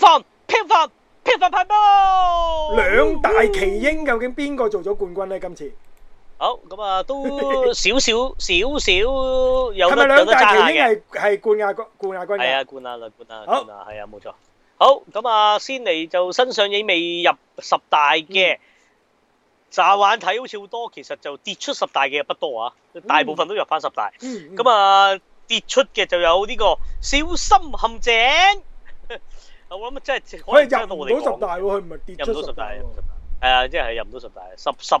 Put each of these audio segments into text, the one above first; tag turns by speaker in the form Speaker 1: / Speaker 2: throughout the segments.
Speaker 1: 房票房票房派煲，
Speaker 2: 兩大奇英究竟邊個做咗冠軍呢？今次
Speaker 1: 好咁啊，都少少 少少有
Speaker 2: 係
Speaker 1: 得
Speaker 2: 咪
Speaker 1: 有
Speaker 2: 兩
Speaker 1: 得爭下
Speaker 2: 大奇英
Speaker 1: 嘅，
Speaker 2: 係係冠亞軍冠亞軍
Speaker 1: 係
Speaker 2: 㗎？
Speaker 1: 啊，冠啊，冠啊，
Speaker 2: 好
Speaker 1: 冠啊，係啊，冇錯。好咁啊，先嚟就新上映未入十大
Speaker 2: 嗯
Speaker 1: 嘅。乍眼睇好似好多，其實就跌出十大嘅不多啊，大部分都入翻十大。
Speaker 2: 嗯，
Speaker 1: 咁啊跌出嘅就有呢個小心陷阱， 我諗真係可
Speaker 2: 佢
Speaker 1: 能真係
Speaker 2: 係
Speaker 1: 到
Speaker 2: 入
Speaker 1: 我
Speaker 2: 唔
Speaker 1: 哋
Speaker 2: 到
Speaker 1: 講
Speaker 2: 十大喎，佢唔係跌
Speaker 1: 入唔
Speaker 2: 出
Speaker 1: 到
Speaker 2: 十
Speaker 1: 十
Speaker 2: 大
Speaker 1: 大，
Speaker 2: 喎
Speaker 1: 入。唔到十大，係啊，即係入唔到十大，十十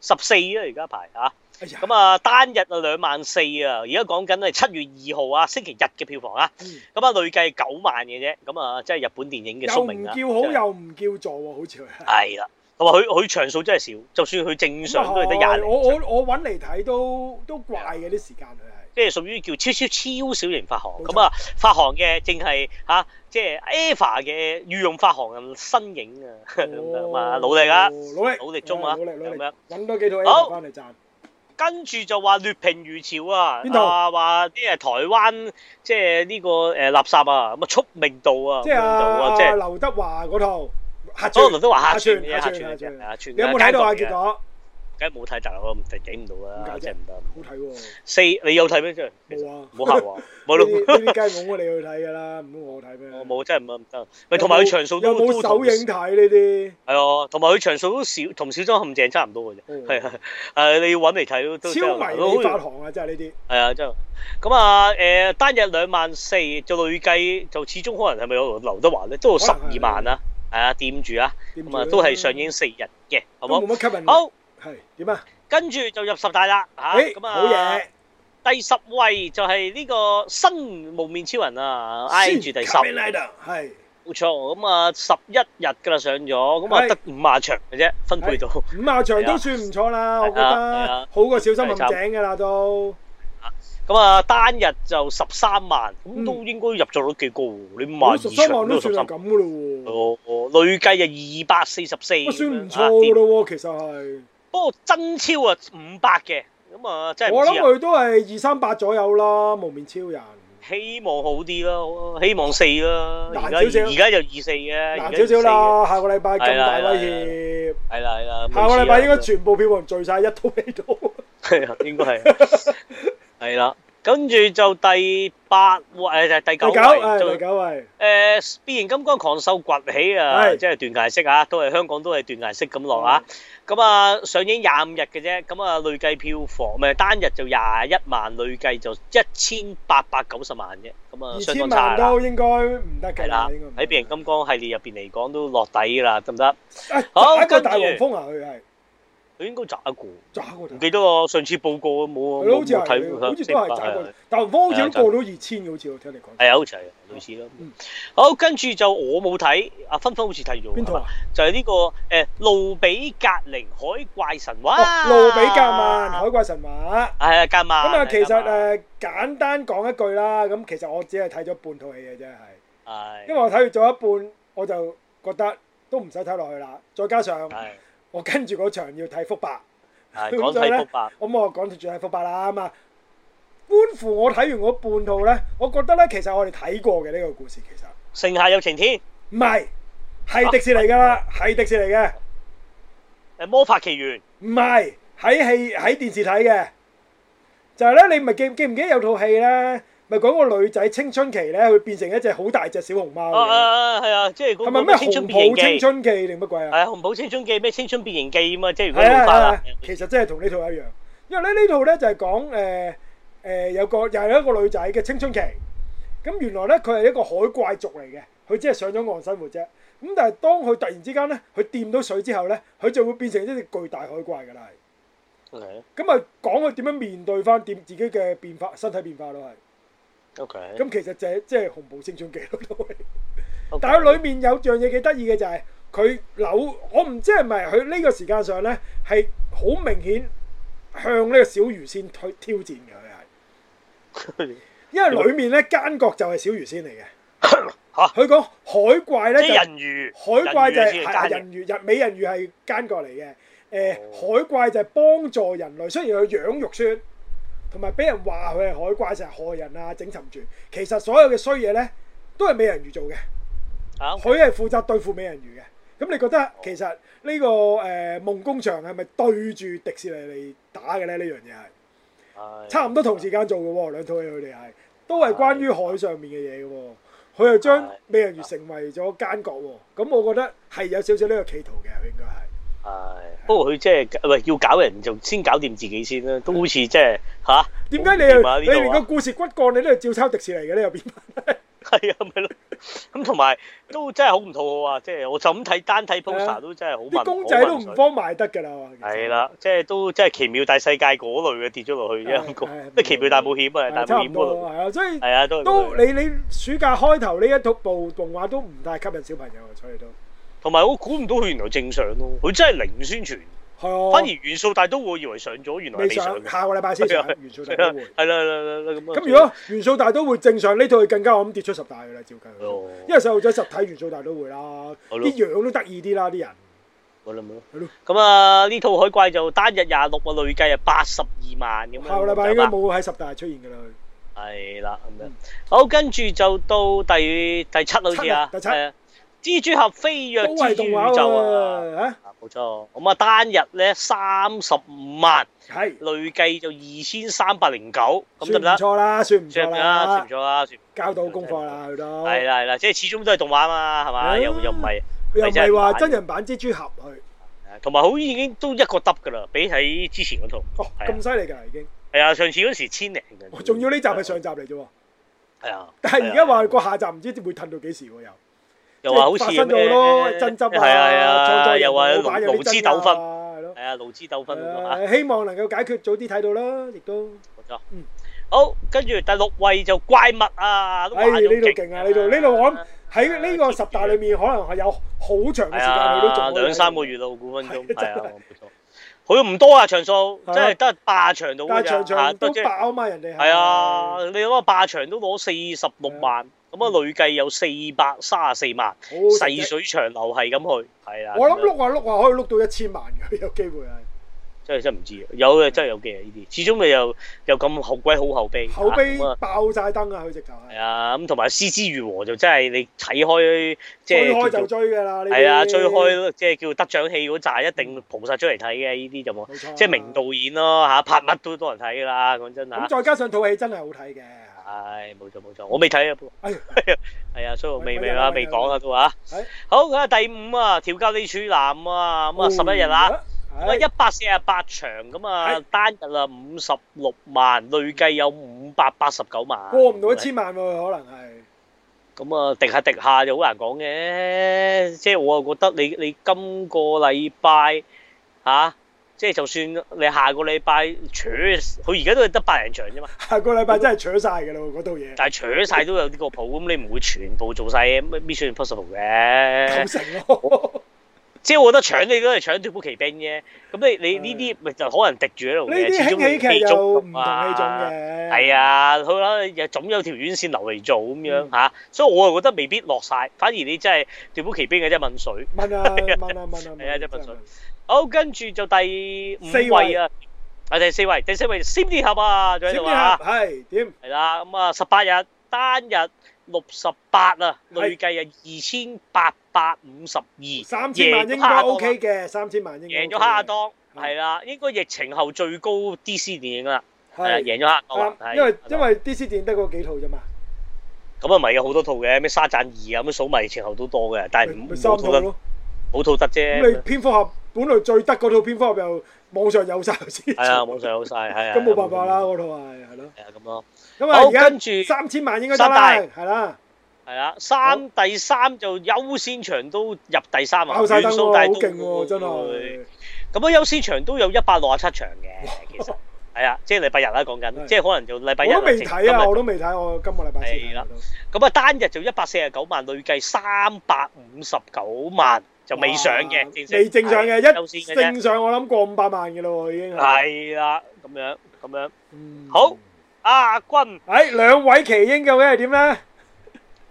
Speaker 1: 十四啊，而家排啊，
Speaker 2: 哎呀
Speaker 1: 咁啊單日啊兩萬四啊，而家講緊係七月二號啊，星期日嘅票房啊，
Speaker 2: 嗯
Speaker 1: 咁啊累計九萬嘅啫，咁啊即係日本電影嘅
Speaker 2: 又
Speaker 1: 宿
Speaker 2: 唔
Speaker 1: 命啊，
Speaker 2: 叫好又唔叫座喎，好似佢係。
Speaker 1: 係啦，同埋佢佢場數真係少，就算佢正常都係得廿
Speaker 2: 我我
Speaker 1: 零場，
Speaker 2: 我揾嚟睇都都怪嘅啲時間佢係。
Speaker 1: 即係屬於叫超超超小型發行，
Speaker 2: 冇錯
Speaker 1: 咁啊發行嘅正係嚇即係 EVA 嘅御用發行人身影啊，
Speaker 2: 哦
Speaker 1: 咁啊努力啊！
Speaker 2: 努力，
Speaker 1: 努力中啊
Speaker 2: 努力努
Speaker 1: 咁
Speaker 2: 力
Speaker 1: 樣，
Speaker 2: 揾多幾套
Speaker 1: 好
Speaker 2: A 翻嚟賺。
Speaker 1: 跟住就話劣評如潮啊，
Speaker 2: 邊度
Speaker 1: 啊話啲誒台灣即係呢個誒垃圾啊，咁啊速明度啊，
Speaker 2: 即係
Speaker 1: 速明度
Speaker 2: 啊
Speaker 1: 啊，即係
Speaker 2: 劉德華嗰套客
Speaker 1: 所有
Speaker 2: 串
Speaker 1: 人，都話下
Speaker 2: 串
Speaker 1: 串嘅，下
Speaker 2: 客串
Speaker 1: 串嘅
Speaker 2: 客串
Speaker 1: 下串嘅。
Speaker 2: 你有冇睇到啊？
Speaker 1: 街角嘅
Speaker 2: 結果好
Speaker 1: 梗係冇睇，但係我唔睇影唔到啦，
Speaker 2: 點解啫
Speaker 1: 真係唔得。
Speaker 2: 睇喎，
Speaker 1: 四你有睇咩啫？其實
Speaker 2: 冇啊！
Speaker 1: 唔好嚇我，冇
Speaker 2: 呢啲
Speaker 1: 咯，
Speaker 2: 呢啲梗係冇我哋去睇㗎啦，唔好我睇咩？
Speaker 1: 我冇真係唔得。咪同埋佢場數都
Speaker 2: 有冇
Speaker 1: 都
Speaker 2: 首
Speaker 1: 同
Speaker 2: 映睇呢啲？
Speaker 1: 係啊，同埋佢場數都少，同小裝陷阱差唔多嘅啫。
Speaker 2: 哦
Speaker 1: 係啊，誒你要揾嚟睇都都真係
Speaker 2: 超迷
Speaker 1: 都
Speaker 2: 你發行啊！真係呢啲。
Speaker 1: 係啊，真係。咁啊，誒、單日兩萬四，就累計就始終可能係咪有劉德華咧？都有十
Speaker 2: 可能
Speaker 1: 二
Speaker 2: 係
Speaker 1: 萬啦，係啊，掂住啊，
Speaker 2: 掂
Speaker 1: 咁啊
Speaker 2: 住
Speaker 1: 都
Speaker 2: 啦
Speaker 1: 係上映四日嘅，好
Speaker 2: 都
Speaker 1: 冇？
Speaker 2: 冇乜吸引力。
Speaker 1: 好，
Speaker 2: 係點啊？
Speaker 1: 跟住就入十大啦，嚇
Speaker 2: 誒，
Speaker 1: 咁
Speaker 2: 好
Speaker 1: 啊
Speaker 2: 嘢，！
Speaker 1: 第十位就係呢個新無面超人啊，挨住第十，
Speaker 2: Kamen
Speaker 1: 冇
Speaker 2: Rider，係
Speaker 1: 錯，咁啊十一日㗎啦上咗，咁啊
Speaker 2: 係
Speaker 1: 得五廿場嘅啫，分配到。
Speaker 2: 五啊場
Speaker 1: 係啊
Speaker 2: 都算唔錯啦，我覺
Speaker 1: 係啊
Speaker 2: 得好過小心陷阱㗎啦都。
Speaker 1: 咁啊，單日就十三萬，咁
Speaker 2: 嗯
Speaker 1: 都應該入座率幾高喎，你五萬
Speaker 2: 我
Speaker 1: 二
Speaker 2: 十
Speaker 1: 場
Speaker 2: 三萬
Speaker 1: 都
Speaker 2: 都
Speaker 1: 有
Speaker 2: 算
Speaker 1: 十
Speaker 2: 係
Speaker 1: 三
Speaker 2: 咁㗎咯喎，
Speaker 1: 哦，累計就二百四十四，
Speaker 2: 我算唔錯
Speaker 1: 啊
Speaker 2: 㗎。咯喎，其實係。
Speaker 1: 不過真超啊五百嘅，咁啊真係
Speaker 2: 我
Speaker 1: 唔
Speaker 2: 諗
Speaker 1: 知啊。
Speaker 2: 佢都係二三百左右啦，無面超人。
Speaker 1: 希望好啲咯，希望四啦。而
Speaker 2: 難
Speaker 1: 家
Speaker 2: 少少
Speaker 1: 而家就二四嘅，
Speaker 2: 難
Speaker 1: 而
Speaker 2: 少
Speaker 1: 家24
Speaker 2: 少
Speaker 1: 嘅。
Speaker 2: 啦，下個禮拜咁大
Speaker 1: 係啦
Speaker 2: 威
Speaker 1: 係啦係啦，
Speaker 2: 脅，下個禮拜應該
Speaker 1: 絕
Speaker 2: 全部票房聚晒一套未到。
Speaker 1: 啊 係啊，應該係 係啦。跟住就第八位誒，第
Speaker 2: 第九，
Speaker 1: 九位
Speaker 2: 係
Speaker 1: 就
Speaker 2: 第九位，
Speaker 1: 誒變形呃金剛狂獸崛起啊，
Speaker 2: 係嗯
Speaker 1: 即係斷崖式啊，都係香港都係斷崖式咁落啊。咁啊上映廿五日嘅啫，咁啊累計票房咪單日就廿一萬，累計就一千八百九十萬啫。咁啊
Speaker 2: 二
Speaker 1: 相
Speaker 2: 千
Speaker 1: 當差
Speaker 2: 萬
Speaker 1: 啦
Speaker 2: 都，應該唔得
Speaker 1: 係
Speaker 2: 㗎
Speaker 1: 啦
Speaker 2: 啦，應。該
Speaker 1: 喺
Speaker 2: 唔得
Speaker 1: 變形金剛系列入邊嚟講都落底啦，得唔得？
Speaker 2: 哎
Speaker 1: 好
Speaker 2: 打一個
Speaker 1: 跟住
Speaker 2: 大黃蜂啊，佢係
Speaker 1: 佢應該賺一個，
Speaker 2: 揸過大
Speaker 1: 唔記得喎。上次報告冇
Speaker 2: 嗯係咯，好
Speaker 1: 冇冇睇，
Speaker 2: 似係，好似都係賺
Speaker 1: 係
Speaker 2: 過。大黃蜂好似
Speaker 1: 係啊
Speaker 2: 都過到二千，好似我聽你講。
Speaker 1: 係啊，好似係類似咯
Speaker 2: 嗯。
Speaker 1: 好，跟住就我冇睇，阿芬芬好似睇咗。
Speaker 2: 邊套啊？
Speaker 1: 就係呢、個誒、路比格寧海怪神話，啊
Speaker 2: 哦路比格曼《海怪神話》。
Speaker 1: 係啊，格曼
Speaker 2: 咁啊，其實
Speaker 1: 係啊
Speaker 2: 誒簡單講一句啦，咁其實我只係睇咗半套戲嘅啫，係，
Speaker 1: 係
Speaker 2: 因為我睇咗一半，我就覺得都唔使睇落去啦。再加上
Speaker 1: 係
Speaker 2: 我跟住嗰場要睇福伯，
Speaker 1: 係啊
Speaker 2: 咁
Speaker 1: 講
Speaker 2: 所以
Speaker 1: 睇
Speaker 2: 呢
Speaker 1: 福伯，
Speaker 2: 咁我講住睇福伯啦嘛。觀乎我睇完嗰半套呢，我覺得呢，其實我哋睇過嘅呢個故事其實
Speaker 1: 盛夏有晴天，
Speaker 2: 唔係係迪士尼㗎
Speaker 1: 啊
Speaker 2: 啦，係迪士尼嘅，
Speaker 1: 誒魔法奇緣，
Speaker 2: 唔係喺戲喺電視睇嘅，就係呢，你咪記記唔記得有套戲呢？咪講個女仔青春期呢，佢變成一隻好大隻小熊貓
Speaker 1: 啊
Speaker 2: 嘅。
Speaker 1: 啊係啊，即係嗰
Speaker 2: 哦係
Speaker 1: 個
Speaker 2: 咪
Speaker 1: 咩
Speaker 2: 咩
Speaker 1: 青春變形
Speaker 2: 紅袍青
Speaker 1: 記，
Speaker 2: 春記定乜鬼
Speaker 1: 係
Speaker 2: 啊？
Speaker 1: 啊紅袍青春記咩青春變形記啊嘛，即係如果
Speaker 2: 係啊
Speaker 1: 老
Speaker 2: 係
Speaker 1: 化啦
Speaker 2: 啊，，其實真係同呢套一樣，因為咧呢套咧就係講誒誒有個又係一個女仔嘅青春期，咁原來咧佢係一個海怪族嚟嘅，佢只係上咗岸生活啫。咁但係當佢突然之間咧，佢掂到水之後咧，佢就會變成一隻巨大海怪㗎啦。
Speaker 1: 係
Speaker 2: 係咁啊，講佢點樣面對翻點自己嘅變化、身體變化咯，
Speaker 1: OK，
Speaker 2: 係。
Speaker 1: 咁
Speaker 2: 咁其實就係即係紅袍青春記咯，都係。但係
Speaker 1: 係
Speaker 2: 裏面有樣嘢幾得意嘅就係、佢扭，我唔知係咪佢呢個時間上呢，係好明顯向呢個小魚仙推挑戰嘅佢係，因為裏面呢奸角就係小魚仙嚟嘅。
Speaker 1: 嚇
Speaker 2: 佢講海怪呢，
Speaker 1: 即
Speaker 2: 就
Speaker 1: 係人魚，
Speaker 2: 海怪就
Speaker 1: 人魚
Speaker 2: 係
Speaker 1: 先
Speaker 2: 係
Speaker 1: 係
Speaker 2: 人魚，日美人魚係奸角嚟嘅。誒、
Speaker 1: 哦
Speaker 2: 海怪就係幫助人類，雖然佢樣肉酸，同埋俾人話佢係海怪，成日害人啊、整沉住。其實所有嘅衰嘢呢，都係美人魚做嘅。
Speaker 1: 奸啊，
Speaker 2: 佢係負責對付美人魚嘅。咁你覺得其實呢、個誒、呃、夢工場係咪對住迪士尼嚟打嘅咧？呢樣嘢係
Speaker 1: 係
Speaker 2: 差唔多同時間做嘅喎，兩套戲佢哋係都係關於海上面嘅嘢嘅喎。佢又將美人魚成為咗奸角喎。咁我覺得係有少少呢個企圖嘅，佢應該係。
Speaker 1: 係。不過佢即係喂要搞人就先搞掂自己先啦，都好似即係吓，
Speaker 2: 點解你
Speaker 1: 好唔
Speaker 2: 又
Speaker 1: 掂啊
Speaker 2: 你
Speaker 1: 呢
Speaker 2: 連
Speaker 1: 度
Speaker 2: 個
Speaker 1: 啊
Speaker 2: 故事骨幹你都係照抄迪士尼嘅呢？又變
Speaker 1: 係啊，咪咯。咁同埋都真係好唔討好啊！即係我就咁睇單睇 poster 都真係好
Speaker 2: 啊啲
Speaker 1: 文
Speaker 2: 公仔都
Speaker 1: 好
Speaker 2: 唔
Speaker 1: 文
Speaker 2: 幫埋得㗎啦。其實
Speaker 1: 係啦，即係都即係奇妙大世界嗰類嘅跌咗落去
Speaker 2: 係
Speaker 1: 啫，咁
Speaker 2: 係
Speaker 1: 講咩奇妙大冒險啊，
Speaker 2: 係
Speaker 1: 大
Speaker 2: 差
Speaker 1: 冒
Speaker 2: 唔
Speaker 1: 險嗰
Speaker 2: 多
Speaker 1: 度
Speaker 2: 係啊，所以。
Speaker 1: 係啊，都係嗰
Speaker 2: 都
Speaker 1: 類
Speaker 2: 你你暑假開頭呢一套部動畫都唔太吸引小朋友嘅，所以都
Speaker 1: 同埋我估唔到佢原來正常咯，佢真係零宣傳，
Speaker 2: 係啊。
Speaker 1: 反而元素大都會以為上咗，原來係
Speaker 2: 未
Speaker 1: 未上
Speaker 2: 上，
Speaker 1: 嘅。
Speaker 2: 下個禮拜先上
Speaker 1: 係啊
Speaker 2: 元素大
Speaker 1: 係
Speaker 2: 都
Speaker 1: 啦
Speaker 2: 會。
Speaker 1: 係啦係啦咁啊
Speaker 2: 咁如果元素大都會正上呢套，更加我諗跌出十大嘅啦，照計佢都。
Speaker 1: 係
Speaker 2: 因為細路仔實體元素大都會啦，
Speaker 1: 好咯
Speaker 2: 啲樣都得意啲啦，啲人
Speaker 1: 冇啦冇啦
Speaker 2: 係咯。
Speaker 1: 咁啊，呢套海怪就單日廿六啊，累計啊八十二萬咁樣。啊
Speaker 2: 下個禮拜應該冇喺十大出現嘅啦。
Speaker 1: 係啦，咁樣
Speaker 2: 嗯。
Speaker 1: 好，跟住就到第第七好似啊，
Speaker 2: 七啊第七
Speaker 1: 係啊蜘蛛俠飛躍
Speaker 2: 佢都
Speaker 1: 蜘
Speaker 2: 係
Speaker 1: 蛛
Speaker 2: 動
Speaker 1: 宇
Speaker 2: 畫
Speaker 1: 宙啊！
Speaker 2: 喎
Speaker 1: 啊，冇錯。咁啊，單日咧三十五萬，
Speaker 2: 嚇，係
Speaker 1: 累計就二千三百零九，咁得唔
Speaker 2: 算唔
Speaker 1: 得？
Speaker 2: 錯啦，算唔錯
Speaker 1: 算唔算啊？算
Speaker 2: 啦
Speaker 1: 唔，錯啊？算唔錯
Speaker 2: 交到功課。啦，佢都
Speaker 1: 係啦係啦，即係始終都係動畫嘛，係嘛？
Speaker 2: 係啊
Speaker 1: 又又唔係，
Speaker 2: 又唔
Speaker 1: 真
Speaker 2: 係
Speaker 1: 人
Speaker 2: 話
Speaker 1: 版
Speaker 2: 真人版蜘蛛俠佢，
Speaker 1: 同埋好已經都一個得㗎啦，比起之前嗰套。
Speaker 2: 哦
Speaker 1: 係啊
Speaker 2: 咁犀利㗎啦已經，
Speaker 1: 係啊，上次嗰時千零嘅。
Speaker 2: 我哦仲要呢集係上集嚟啫喎。
Speaker 1: 係啊，
Speaker 2: 但係而家話個下集唔知會褪到幾時喎又，
Speaker 1: 又話好似
Speaker 2: 即係發生咗好多爭執
Speaker 1: 係啊係
Speaker 2: 創
Speaker 1: 啊，
Speaker 2: 作人
Speaker 1: 又話
Speaker 2: 同老闆有
Speaker 1: 勞勞
Speaker 2: 啲
Speaker 1: 資
Speaker 2: 爭
Speaker 1: 糾
Speaker 2: 拗
Speaker 1: 紛，
Speaker 2: 啊，係咯，
Speaker 1: 係啊，勞資糾紛咁
Speaker 2: 係
Speaker 1: 樣
Speaker 2: 啊
Speaker 1: 啊，
Speaker 2: 希望能夠解決早啲睇到啦，亦都，
Speaker 1: 冇錯
Speaker 2: 嗯。
Speaker 1: 好，跟住第六位就怪物啊，都
Speaker 2: 唉
Speaker 1: 話
Speaker 2: 呢
Speaker 1: 咗
Speaker 2: 度勁啊呢度呢度我諗喺呢個十大裏
Speaker 1: 面
Speaker 2: 面可能係有好長嘅時
Speaker 1: 係
Speaker 2: 間佢都
Speaker 1: 啊，
Speaker 2: 仲可以
Speaker 1: 兩三
Speaker 2: 睇
Speaker 1: 個月啦，估分鐘係
Speaker 2: 係真
Speaker 1: 啊，冇錯。佢唔多啊，場數
Speaker 2: 係啊
Speaker 1: 真係得霸場到
Speaker 2: 到，
Speaker 1: 㗎
Speaker 2: 但係
Speaker 1: 咋，
Speaker 2: 場
Speaker 1: 嚇
Speaker 2: 場
Speaker 1: 得
Speaker 2: 都
Speaker 1: 啫。
Speaker 2: 爆啊嘛，人哋
Speaker 1: 係啊，，你諗下霸場都攞四十六萬，咁啊累計有四百三十四萬，
Speaker 2: 好
Speaker 1: 細水啊長流係咁去，係啦。
Speaker 2: 我
Speaker 1: 咁
Speaker 2: 諗
Speaker 1: 樣
Speaker 2: 碌下碌下可以碌到一千萬嘅， 有機會係
Speaker 1: 真係真係唔知啊！有嘅真係有嘅呢啲，始終你又又咁後鬼好後備，
Speaker 2: 口碑
Speaker 1: 啊咁啊
Speaker 2: 爆晒燈啊，佢直頭
Speaker 1: 係
Speaker 2: 係，
Speaker 1: 啊，咁同埋獅子如和就真係你睇開即
Speaker 2: 追開
Speaker 1: 係
Speaker 2: 就
Speaker 1: 叫做
Speaker 2: 追㗎啦，呢啲
Speaker 1: 係啊，追開即係叫得獎戲嗰扎一定蒲晒出嚟睇嘅，呢啲就冇，
Speaker 2: 冇錯啊
Speaker 1: 即係名導演咯嚇，拍乜都多人睇㗎啦，講真
Speaker 2: 咁
Speaker 1: 嚇。
Speaker 2: 再加上套戲真係好睇嘅，
Speaker 1: 唉，冇錯冇錯，我未睇啊，不過
Speaker 2: 哎呀
Speaker 1: 係啊，所以我未
Speaker 2: 喂
Speaker 1: 未
Speaker 2: 喂
Speaker 1: 啦，
Speaker 2: 喂
Speaker 1: 未講啊都嚇
Speaker 2: 係。
Speaker 1: 好，咁啊第五啊，調教你處男啊，
Speaker 2: 哦
Speaker 1: 咁啊十一日啦。
Speaker 2: 係，
Speaker 1: 咁啊，一百四十八場咁啊，單日啊五十六萬，累計有五百八十九萬。
Speaker 2: 過唔到一千萬喎，可能係。
Speaker 1: 咁啊，滴下滴下就好難講嘅。即係我啊覺得你你今個禮拜嚇，啊即係就算你下個禮拜扯，佢而家都係得百零場啫嘛。
Speaker 2: 下個禮拜真係搶晒㗎啦喎，嗰套嘢
Speaker 1: 但係扯晒都有呢個譜，咁你唔會全部做晒 Mission Impossible 嘅
Speaker 2: 九。成 咯。
Speaker 1: 即係我覺得搶你都係搶奪寶奇兵啫。咁你你呢啲咪就可能滴住喺度
Speaker 2: 呢
Speaker 1: 嘅。
Speaker 2: 啲
Speaker 1: 始終
Speaker 2: 輕喜劇
Speaker 1: 你
Speaker 2: 又
Speaker 1: 中毒
Speaker 2: 唔同戲種
Speaker 1: 啊
Speaker 2: 嘅，
Speaker 1: 係，啊，佢啦，又總有條院線留嚟做咁樣
Speaker 2: 嗯
Speaker 1: 嚇，所以我又覺得未必落晒，反而你真係奪寶奇兵嘅啫問水。
Speaker 2: 問啊問啊問啊，
Speaker 1: 係啊真係
Speaker 2: 問
Speaker 1: 問水好，跟住就第五
Speaker 2: 四
Speaker 1: 位
Speaker 2: 位
Speaker 1: 啊，啊第四位，第四位閃電俠啊，仲喺
Speaker 2: 閃
Speaker 1: 度
Speaker 2: 電
Speaker 1: 啊
Speaker 2: 俠，係點？
Speaker 1: 係啦，咁啊十八日單日六十八啊，累
Speaker 2: 係
Speaker 1: 計啊二千八百五十二，
Speaker 2: 三千萬
Speaker 1: 贏咗
Speaker 2: 應
Speaker 1: 哈
Speaker 2: 該
Speaker 1: 亞當啊
Speaker 2: OK 嘅，三千萬應該
Speaker 1: 贏
Speaker 2: OK 嘅。
Speaker 1: 咗哈亞當，
Speaker 2: 係
Speaker 1: 係啦，應該疫情後最高 DC 電影啦，係啊，
Speaker 2: 係
Speaker 1: 贏咗哈亞當啊，
Speaker 2: 啱，
Speaker 1: 係
Speaker 2: 因為
Speaker 1: 係
Speaker 2: 因為 DC 電得嗰幾套啫嘛，
Speaker 1: 咁啊，咪有好多套嘅，咩沙贊二啊，咁數埋前後都多嘅，但係
Speaker 2: 咪
Speaker 1: 唔
Speaker 2: 咪三
Speaker 1: 冇
Speaker 2: 套
Speaker 1: 套得
Speaker 2: 咯。
Speaker 1: 冇套得
Speaker 2: 咁你
Speaker 1: 啫。
Speaker 2: 蝙蝠俠本來最得嗰套蝙蝠俠又網上有晒先，
Speaker 1: 係啊，網上有晒，係啊。
Speaker 2: 咁冇辦法啦，。嗰套係係咯。
Speaker 1: 係啊，咁咯，
Speaker 2: 咁啊，
Speaker 1: 好
Speaker 2: 而家
Speaker 1: 跟住
Speaker 2: 三千萬應該得
Speaker 1: 三
Speaker 2: 啦，
Speaker 1: 大
Speaker 2: 係啦，
Speaker 1: 係啦，三第三就優先場都入第三啊，
Speaker 2: 爆晒燈
Speaker 1: 元
Speaker 2: 喎，
Speaker 1: 素
Speaker 2: 好
Speaker 1: 大都
Speaker 2: 勁喎，真係。
Speaker 1: 咁啊，優先場都有一百六十七場嘅，其實係啊，即係禮拜日啦講緊，
Speaker 2: 係
Speaker 1: 即係可能就禮拜日
Speaker 2: 我
Speaker 1: 啊
Speaker 2: 都未睇啊，
Speaker 1: 直
Speaker 2: 我都未睇，我今個禮拜先
Speaker 1: 係
Speaker 2: 睇
Speaker 1: 啦
Speaker 2: 我都。
Speaker 1: 今日咁啊，單日就一百四十九萬，累計三百五十九萬，就未上嘅
Speaker 2: 哇，
Speaker 1: 正式
Speaker 2: 未正上嘅，
Speaker 1: 係優先
Speaker 2: 一
Speaker 1: 嘅啫。
Speaker 2: 正上我諗過五百萬嘅咯喎，已經係。
Speaker 1: 係啦，咁樣咁樣，
Speaker 2: 嗯
Speaker 1: 好阿君。
Speaker 2: 誒兩位奇英究竟係點咧？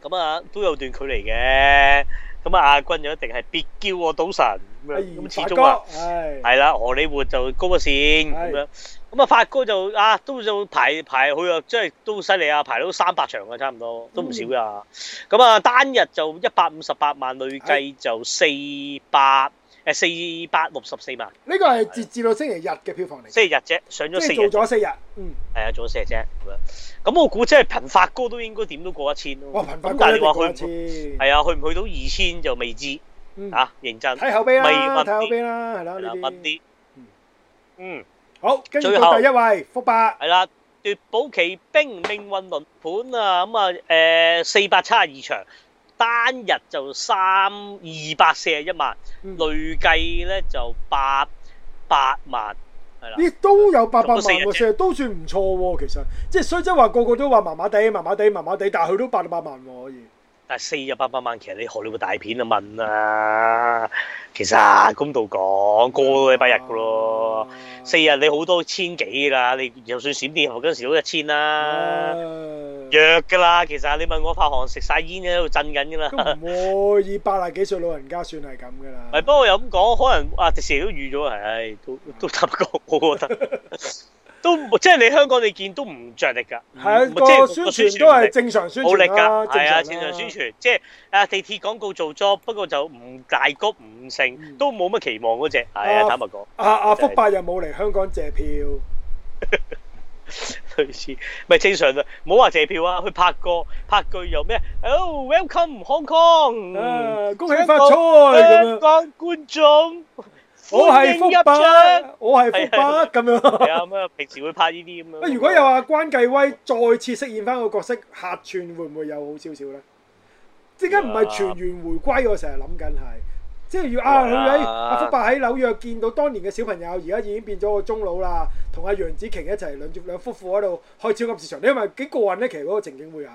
Speaker 1: 咁啊都有段距離嘅。咁啊，亞軍就一定係別叫我賭神咁
Speaker 2: 阿
Speaker 1: 樣。咁始
Speaker 2: 哎發
Speaker 1: 終啊，
Speaker 2: 哥，係
Speaker 1: 係啦，荷里活就高一線
Speaker 2: 係
Speaker 1: 咁樣。咁啊，發哥就啊，都就排排去啊，即係都犀利啊，排到三百場啊，差唔多，都唔少噶。咁啊，單日就一百五十八萬，累
Speaker 2: 哎
Speaker 1: 計就四百誒四百六十四萬，
Speaker 2: 呢個係截至到星期日嘅票房嚟，
Speaker 1: 星期日啫，上咗
Speaker 2: 哎即
Speaker 1: 四
Speaker 2: 係
Speaker 1: 日，
Speaker 2: 做咗四日。嗯，
Speaker 1: 係啊，做咗四日啫咁樣。咁我估即係憑發哥都應該點都過一千咯。
Speaker 2: 哇，頻
Speaker 1: 咁但
Speaker 2: 繁過
Speaker 1: 係
Speaker 2: 一
Speaker 1: 你話
Speaker 2: 過
Speaker 1: 去
Speaker 2: 一
Speaker 1: 唔
Speaker 2: 次。
Speaker 1: 係啊，去唔去到二千就未知
Speaker 2: 嗯，
Speaker 1: 啊，認真
Speaker 2: 睇後備
Speaker 1: 咪
Speaker 2: 啦，
Speaker 1: 問
Speaker 2: 睇後
Speaker 1: 啲
Speaker 2: 備啦，係啦
Speaker 1: 係啦，
Speaker 2: 呢
Speaker 1: 問
Speaker 2: 啲。
Speaker 1: 啲，嗯。
Speaker 2: 好，跟住
Speaker 1: 最
Speaker 2: 到
Speaker 1: 後
Speaker 2: 第一位，福伯。
Speaker 1: 係啦，奪寶奇兵命運輪盤啊，咁啊誒四百七十二場，單日就三二百四十一萬，
Speaker 2: 嗯
Speaker 1: 累計咧就八百萬，係啦，
Speaker 2: 亦都有八百萬
Speaker 1: 做咗四日
Speaker 2: 喎，
Speaker 1: 啫
Speaker 2: 四日都算唔錯喎。其實即係雖則話個個都話麻麻地、麻麻地、麻麻地，但係佢都八百萬喎，可以。
Speaker 1: 但係四日八百萬，其實你荷里活大片啊問啊，其實公道講個禮拜日噶咯。
Speaker 2: 啊。
Speaker 1: 四日你好多千幾啦，你就算閃電俠嗰陣時都一千啦，
Speaker 2: 啊
Speaker 1: 弱㗎啦。其實你問我發行食晒煙喺度震緊㗎啦。
Speaker 2: 都唔會，以八廿幾歲老人家算係咁噶啦。
Speaker 1: 唔係，不過又咁講，可能啊迪士尼都預咗，唉，都都差唔多，我覺得 都唔即係你香港你見都唔着力㗎，
Speaker 2: 係啊，
Speaker 1: 唔係
Speaker 2: 個
Speaker 1: 即係
Speaker 2: 宣
Speaker 1: 個
Speaker 2: 傳都係
Speaker 1: 力
Speaker 2: 正常宣
Speaker 1: 冇力
Speaker 2: 傳啦，
Speaker 1: 㗎，係啊，
Speaker 2: 正
Speaker 1: 正
Speaker 2: 常啦
Speaker 1: 常宣。傳，即係啊地鐵廣告做 job，不過就唔大谷唔
Speaker 2: 嗯
Speaker 1: 成，都冇乜期望嗰只，係
Speaker 2: 啊
Speaker 1: 啊，坦白講，
Speaker 2: 阿阿
Speaker 1: 就係
Speaker 2: 福伯又冇嚟香港借票，
Speaker 1: 類似咪正常啦，唔好話借票啊，去拍過拍句又咩哦 welcome Hong Kong，
Speaker 2: 啊恭喜發財咁
Speaker 1: 香
Speaker 2: 樣。
Speaker 1: 港觀眾，
Speaker 2: 我係
Speaker 1: 歡迎
Speaker 2: 福
Speaker 1: 入場。
Speaker 2: 伯，我係福伯咁樣。
Speaker 1: 係啊，咁啊，平時會拍呢啲咁啊樣。
Speaker 2: 哎喂，如果有啊阿關繼威再次飾演翻個角色客串，會唔會有好少少咧？點解唔係全員回歸？我成日諗緊係，即係要啊，
Speaker 1: 哇
Speaker 2: 佢喺阿福伯喺紐約見到當年嘅小朋友，而家已經變咗個中老啦，同阿楊紫瓊一齊兩兩夫婦喺度開超級市場，你係咪幾過癮咧？其實嗰個情景會係，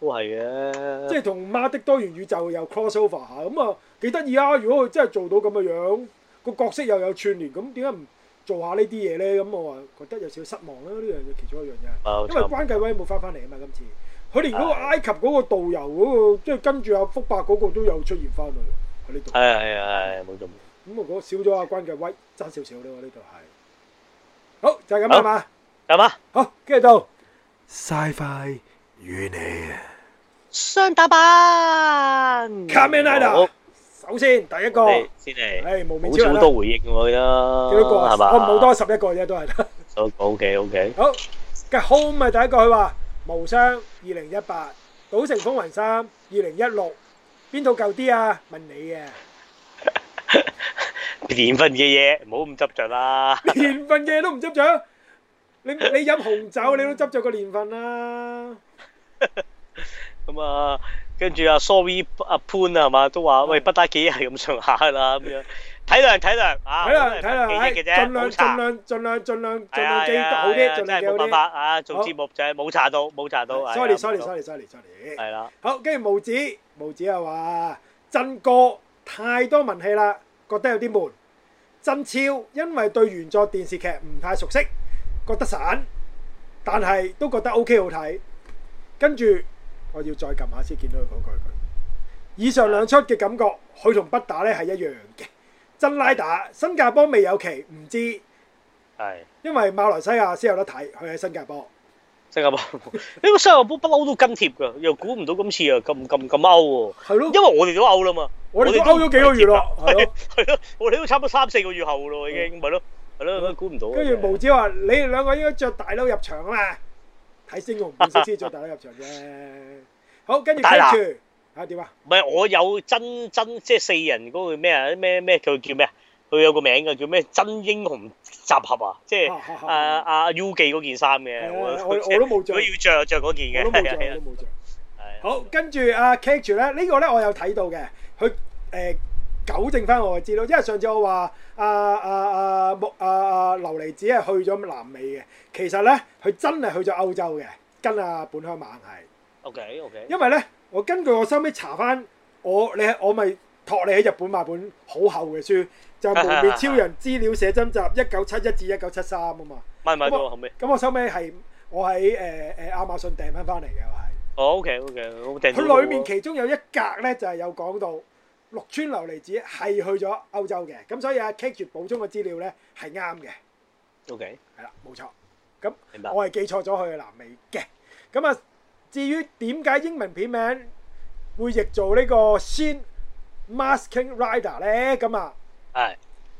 Speaker 1: 都係嘅，
Speaker 2: 即係同媽的多元宇宙又 crossover 下，咁啊幾得意啊！如果佢真係做到咁嘅樣，個角色又有串聯，咁點解唔做下呢啲嘢咧？咁我話覺得有少少失望啦，呢樣嘢其中一樣嘢係。
Speaker 1: 冇
Speaker 2: 因為
Speaker 1: 錯
Speaker 2: 關繼威冇翻翻嚟啊嘛，今次佢連嗰
Speaker 1: 係
Speaker 2: 個埃及嗰個導遊嗰、個，即係跟住阿福伯嗰個都有出現翻去喺呢度。
Speaker 1: 係係係冇錯。
Speaker 2: 咁我覺得少咗阿關繼威，爭少少啦喎，呢度係。好就係咁啦嘛，
Speaker 1: 係嘛？
Speaker 2: 好跟住到 Sci-Fi 與你啊
Speaker 1: 雙打版
Speaker 2: Kamen Rider 哎
Speaker 1: 好
Speaker 2: 首先第一個，
Speaker 1: 我哋
Speaker 2: 誒
Speaker 1: 先嚟，
Speaker 2: 無面
Speaker 1: 好
Speaker 2: 超
Speaker 1: 似
Speaker 2: 人
Speaker 1: 好
Speaker 2: 啦，
Speaker 1: 多回應喎，記得
Speaker 2: 啊幾多個啊？
Speaker 1: 係嘛？
Speaker 2: 我唔好多，十一個啫，都係。
Speaker 1: 好。O K O K，
Speaker 2: 好嘅 home 咪第一個，佢話無雙二零一八，賭城風雲三二零一六，邊套舊啲啊？ 問你嘅。
Speaker 1: 年份嘅嘢唔好咁執着啦。
Speaker 2: 年份嘅都唔執着，你你飲紅酒你都執着個年份啦。
Speaker 1: 咁啊，跟住啊，sorry 阿潘啊，係嘛？都
Speaker 2: 嗯
Speaker 1: 話喂，不打幾係咁上下啦，咁樣體諒體諒啊，我
Speaker 2: 睇啦
Speaker 1: 都係
Speaker 2: 睇啦，
Speaker 1: 記
Speaker 2: 唉
Speaker 1: 憶嘅啫，
Speaker 2: 盡量
Speaker 1: 冇查
Speaker 2: 盡量盡量盡量盡
Speaker 1: 係
Speaker 2: 量
Speaker 1: 啊係
Speaker 2: 記得
Speaker 1: 啊
Speaker 2: 好
Speaker 1: 係
Speaker 2: 啲，
Speaker 1: 啊
Speaker 2: 盡
Speaker 1: 真
Speaker 2: 量記
Speaker 1: 係
Speaker 2: 好
Speaker 1: 冇辦
Speaker 2: 啲。
Speaker 1: 法啊！做節目就係冇查到，冇查到。係啊
Speaker 2: sorry
Speaker 1: 冇
Speaker 2: sorry
Speaker 1: 錯
Speaker 2: sorry sorry sorry。
Speaker 1: 係啦，
Speaker 2: 好，跟住無子無子又話真哥太多文戲啦，覺得有啲悶。真超因為對原作電視劇唔太熟悉，覺得散，但係都覺得 O K 好睇。跟住我要再撳下先見到佢講句句。以上兩出嘅感覺，佢同不打咧係一樣嘅。真拉打新加坡未有期，唔知，
Speaker 1: 係。
Speaker 2: 因為馬來西亞先有得睇，佢喺新加坡。
Speaker 1: 新加坡，呢個新加坡不嬲都跟貼㗎，又估唔到今次又咁咁咁歐喎，
Speaker 2: 係咯，
Speaker 1: 因為我哋都歐啦嘛，
Speaker 2: 我哋都勾咗幾個月咯，係啊咯。
Speaker 1: 係咯，我哋都差唔多三四個月後咯已經，咪咯，係咯，估唔到啊。
Speaker 2: 嗯跟住無子話：你哋兩個應該着大褸入場啊嘛，睇星紅變色先着大褸入場啫。 好，跟住
Speaker 1: 大
Speaker 2: 跟
Speaker 1: 拿
Speaker 2: 住嚇點啊？
Speaker 1: 唔係我有真真即係四人嗰個咩啊咩咩佢叫咩啊？佢有個名㗎，叫咩真英雄集合啊，即係
Speaker 2: 啊啊
Speaker 1: 阿
Speaker 2: 啊
Speaker 1: 阿 U 記嗰件衫
Speaker 2: 係
Speaker 1: 嘅，
Speaker 2: 啊
Speaker 1: 我
Speaker 2: 我我都冇
Speaker 1: 如
Speaker 2: 着
Speaker 1: 果，要着就着嗰件嘅，
Speaker 2: 我都冇着，
Speaker 1: 係啊
Speaker 2: 我都冇着。
Speaker 1: 係啊
Speaker 2: 好，跟住阿 Cage 住咧，呢個咧我有睇到嘅，佢誒糾正翻我嘅資料，因為上次我話阿阿阿木阿阿琉璃子係去咗南美嘅，其實咧佢真係去咗歐洲嘅，跟阿本鄉猛係。
Speaker 1: ，OK OK，
Speaker 2: 因為咧，我根據我收尾查翻，我你我咪託你喺日本買本好厚嘅書，就係、無面超人資料寫真集》一九七一至一九七三啊嘛。
Speaker 1: 買唔買到啊後尾？
Speaker 2: 咁我收尾係我喺誒誒亞馬遜訂翻翻嚟嘅，我
Speaker 1: 哦 OK OK，好訂
Speaker 2: 係
Speaker 1: 到
Speaker 2: 佢裏
Speaker 1: 喎
Speaker 2: 面其中有一格咧就係、有講到綠川琉璃子係去咗歐洲嘅，咁所以阿 K 住補充嘅資料咧係啱嘅。
Speaker 1: O K，
Speaker 2: 係啦，冇錯。咁
Speaker 1: 明白
Speaker 2: 我係記錯咗佢嘅南美嘅。咁啊，至於點解英文片名會譯做呢個 Shin Masking Rider 咧？咁啊，
Speaker 1: 係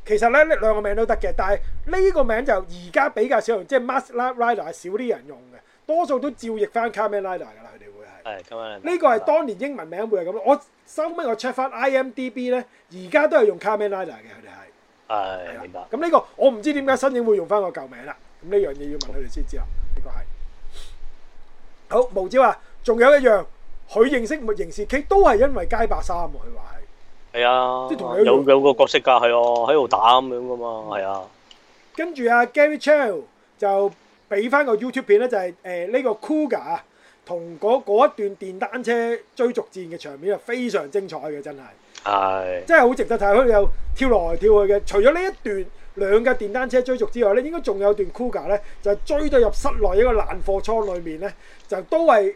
Speaker 2: 其實咧呢兩個名都得嘅，但係呢個名就而家比較少用，即係 Mask Rider 係少啲人用嘅，多數都照譯翻 Kamen Rider 噶啦，佢哋會係。
Speaker 1: 係咁樣。
Speaker 2: 呢個係當年英文名會係咁咯。我收尾我 check 翻 IMDB 咧，而家都係用 Kamen Rider 嘅，佢哋係。
Speaker 1: 係明白。
Speaker 2: 咁呢個我唔知點解新影會用翻個舊名啦。咁呢樣嘢要問佢哋先知啦。啊呢、個係好無招啊！仲有一樣，佢認識末刑事 K 都係因為街霸三喎，佢話係。
Speaker 1: 係啊，
Speaker 2: 即係同你一樣
Speaker 1: 有有個角色㗎，係啊，喺度打咁樣噶嘛，係啊，
Speaker 2: 跟住啊 Gary Chell 就俾翻個 YouTube 片咧，就係誒呢個 Cougar 啊同嗰嗰一段電單車追逐戰嘅場面係啊非常精彩嘅，真係。
Speaker 1: 係
Speaker 2: 真係好值得睇。佢有跳來跳去嘅，除咗呢一段兩架電單車追逐之外咧，應該仲有段 Cougar 咧，就係追到入室內一個爛貨倉裏面咧，就都係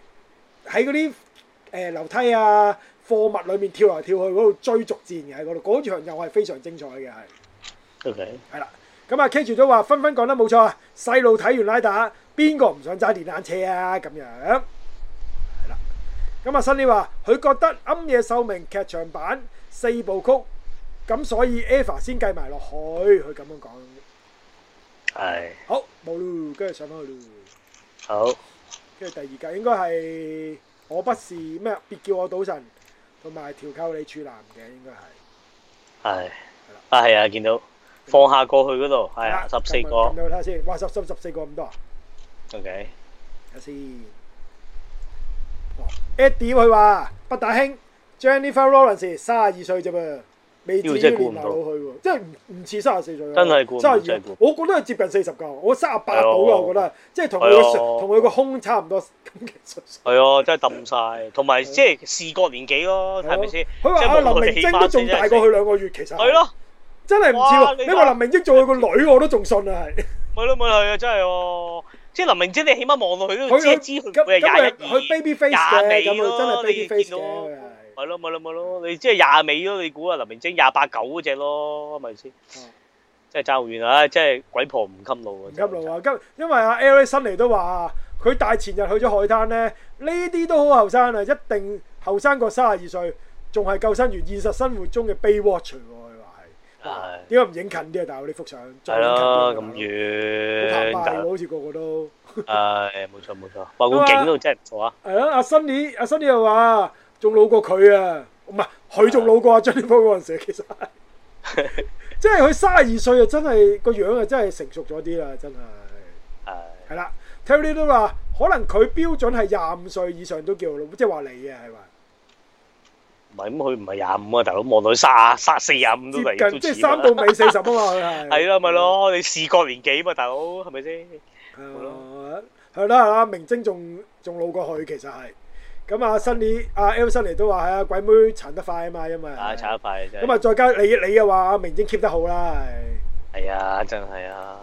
Speaker 2: 喺嗰啲誒樓梯啊貨物裏面跳來跳去嗰度追逐戰嘅喺嗰度，嗰場又係非常精彩嘅係。
Speaker 1: O K，
Speaker 2: 係啦。咁啊，K 住都話紛紛講得冇錯啊！細路睇完拉打，邊個唔想揸電單車啊？咁樣係啦。咁啊，新呢話佢覺得《暗夜秀明》劇場版四部曲，咁所以 Eva 先計埋落去，佢咁樣講。
Speaker 1: 係
Speaker 2: 好，冇咯，跟住上翻去咯。
Speaker 1: 好
Speaker 2: 跟住第二格應該係我不是咩，別叫我賭神，同埋調教你處男嘅應該係。
Speaker 1: 係啊，係啊，見到放下過去嗰度係啊，十四個
Speaker 2: 咁樣睇下先，哇！十十十四個咁多啊！
Speaker 1: O K，
Speaker 2: 睇下先。Eddie 哦佢話：北大興 Jennifer Lawrence 三十二歲啫噃，未至於
Speaker 1: 呢個真係估
Speaker 2: 年
Speaker 1: 唔
Speaker 2: 老
Speaker 1: 到
Speaker 2: 去喎，即係唔唔似三十四歲。
Speaker 1: 真係估唔到
Speaker 2: 32
Speaker 1: 真係估唔
Speaker 2: 我覺得係接近四十㗎，我三十八到
Speaker 1: 係
Speaker 2: 㗎，
Speaker 1: 啊
Speaker 2: 我覺得即係同佢個
Speaker 1: 係啊
Speaker 2: 同佢個胸差唔多咁嘅歲數。
Speaker 1: 係啊，真係揼晒，同埋即係視覺年紀咯，係咪先？
Speaker 2: 佢話
Speaker 1: 即係
Speaker 2: 阿
Speaker 1: 冇佢
Speaker 2: 林明
Speaker 1: 起
Speaker 2: 晶
Speaker 1: 碼
Speaker 2: 都仲大過佢兩個月，其實
Speaker 1: 係，咯，
Speaker 2: 真係唔似
Speaker 1: 哇
Speaker 2: 喎。
Speaker 1: 你
Speaker 2: 你話
Speaker 1: 話
Speaker 2: 林明晶做佢個女，我都仲信啊，係。
Speaker 1: 咪咯咪係啊，真係喎。即係林明晶，你起碼望落去都
Speaker 2: 佢
Speaker 1: 知
Speaker 2: 佢
Speaker 1: 知
Speaker 2: 咁
Speaker 1: 佢會係廿
Speaker 2: 咁
Speaker 1: 一
Speaker 2: 佢佢 baby face
Speaker 1: 廿
Speaker 2: 嘅，
Speaker 1: 尾
Speaker 2: 咁佢真係
Speaker 1: 咯，
Speaker 2: baby
Speaker 1: 你
Speaker 2: face
Speaker 1: 見
Speaker 2: 嘅
Speaker 1: 到
Speaker 2: 佢係。
Speaker 1: 咪咯咪咯咪咯，你即係廿尾咯，你估啊林明晶廿八九嗰只咯，係咪先？
Speaker 2: 哦
Speaker 1: 真係爭好遠啊！真係鬼婆唔襟路啊！
Speaker 2: 唔急路啊！今因為阿 L A 新嚟都話，佢大前日去咗海灘咧，呢啲都好後生啊，一定後生過三十二歲，仲係救生員，現實生活中嘅 Baywatch 喎，佢話係
Speaker 1: 係。
Speaker 2: 點解唔影近啲啊？大佬呢幅相再
Speaker 1: 係
Speaker 2: 影
Speaker 1: 啦，
Speaker 2: 近啲啊大佬
Speaker 1: 咁
Speaker 2: 好
Speaker 1: 遠，
Speaker 2: 澎湃啊
Speaker 1: 但
Speaker 2: 喎，好似個個都
Speaker 1: 係冇錯冇錯，哇個景都真係唔錯啊！
Speaker 2: 係啊！阿新呢，阿新呢又話仲老過佢啊，唔係佢仲老過阿 Jennifer 嗰陣時，其實係 即係佢三十二歲啊，真係個樣啊，真係成熟咗啲啦，真係。
Speaker 1: 係
Speaker 2: 係啦，Terry 都話可能佢標準係廿五歲以上都叫老，即係話你啊，係嘛？
Speaker 1: 唔係咁？佢唔係廿五啊，大佬望到卅卅四廿五都嚟
Speaker 2: 接
Speaker 1: 都
Speaker 2: 近即係
Speaker 1: 似
Speaker 2: 三到尾四十啊嘛，佢係。
Speaker 1: 係啦，咪。咯，你視覺年紀嘛，大佬係咪先？啊
Speaker 2: 誒係啦係啦，明晶仲仲老過佢其實係。咁啊，新年阿 L 新嚟都話係啊，鬼妹殘得快啊嘛，因為。
Speaker 1: 啊，炒得快真
Speaker 2: 咁啊，
Speaker 1: 係，
Speaker 2: 再加你你又話阿明晶 keep 得好啦，係。
Speaker 1: 係啊，真係啊，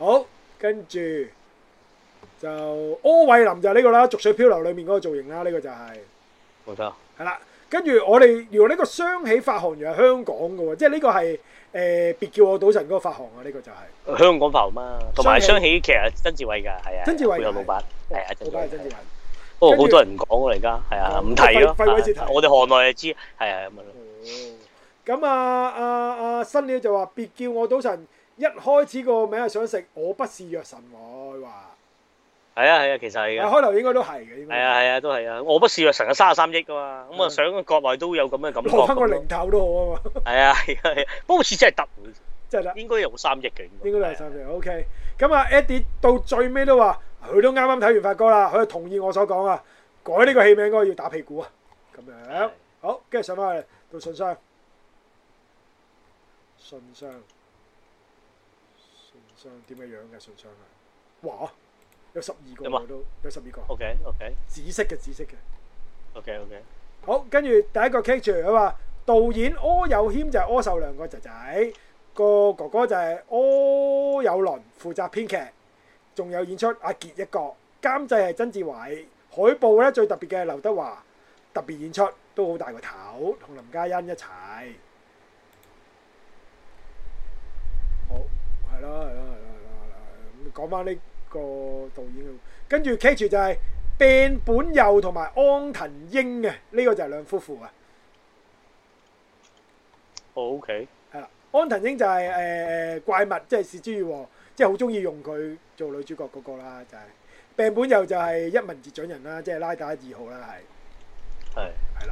Speaker 2: 好，跟住就柯慧林就係呢個啦，《逐水漂流》裏面嗰個造型啦，呢個就係。
Speaker 1: 冇錯，
Speaker 2: 係啦，跟住我哋原來呢個雙喜發行原來係香港嘅喎，即係呢個係誒、呃、別叫我賭神嗰個發行啊，呢、個就係、
Speaker 1: 香港浮啊嘛，同埋
Speaker 2: 雙
Speaker 1: 雙喜其實曾志偉㗎，係啊，
Speaker 2: 曾志偉㗎
Speaker 1: 佢有老闆，係啊，
Speaker 2: 哦老闆
Speaker 1: 曾
Speaker 2: 係曾
Speaker 1: 志偉
Speaker 2: 志偉。。哦
Speaker 1: 不過
Speaker 2: 跟
Speaker 1: 好
Speaker 2: 住
Speaker 1: 多人講㗎嚟㗎，係啊，唔提咯
Speaker 2: 廢廢位置提，
Speaker 1: 我哋行內就知，係啊，咁樣咯。
Speaker 2: 哦咁啊啊啊新料就話別叫我賭神，一開始個名係想食我不是藥神喎，佢話。
Speaker 1: 係啊係啊，其實係
Speaker 2: 係
Speaker 1: 㗎。
Speaker 2: 開頭應該都係嘅，應
Speaker 1: 係
Speaker 2: 該。
Speaker 1: 啊係啊，都係啊！我不是藥神嘅三十三億噶嘛，咁啊
Speaker 2: 嗯
Speaker 1: 想國內都有咁嘅感覺
Speaker 2: 攞翻個
Speaker 1: 咁啊
Speaker 2: 零
Speaker 1: 咯。
Speaker 2: 頭都好啊嘛，
Speaker 1: 係啊係啊係啊，不過好似真係得喎，
Speaker 2: 真係啦。
Speaker 1: 應該有三億嘅
Speaker 2: 應該都係
Speaker 1: 係啊
Speaker 2: 三條。OK，咁啊，Eddie 到最尾都話，佢都啱啱睇完發哥啦，佢就同意我所講啊，改呢個戲名應該要打屁股啊，咁樣
Speaker 1: 係。
Speaker 2: 好，跟住上翻去到信箱，信箱，信箱點嘅樣嘅信箱啊？哇，有十二個
Speaker 1: 有冇啊
Speaker 2: 喎都，有十二個
Speaker 1: OK OK
Speaker 2: 紫色嘅紫色嘅。
Speaker 1: OK OK
Speaker 2: 好，跟住第一個 c a t c h 佢話導演柯有軒就係柯受良個仔仔，個哥哥就係柯有倫負責編劇，仲有演出阿傑一個，監製係曾志偉，海報咧最特別嘅係劉德華特別演出，都好大個頭，同林嘉欣一齊。好，係啦，係啦，係啦，係啦。講翻呢個導演嘅。跟住 K 住就係柄本佑同埋安藤英嘅，呢、個就係兩夫婦啊。
Speaker 1: O K，
Speaker 2: 係啦，安藤英就係、誒、怪物，即係是之與和，即係好中意用佢做女主角嗰個啦，就係、柄本佑就係一文字掌人啦，即係拉打二號啦，係。
Speaker 1: 係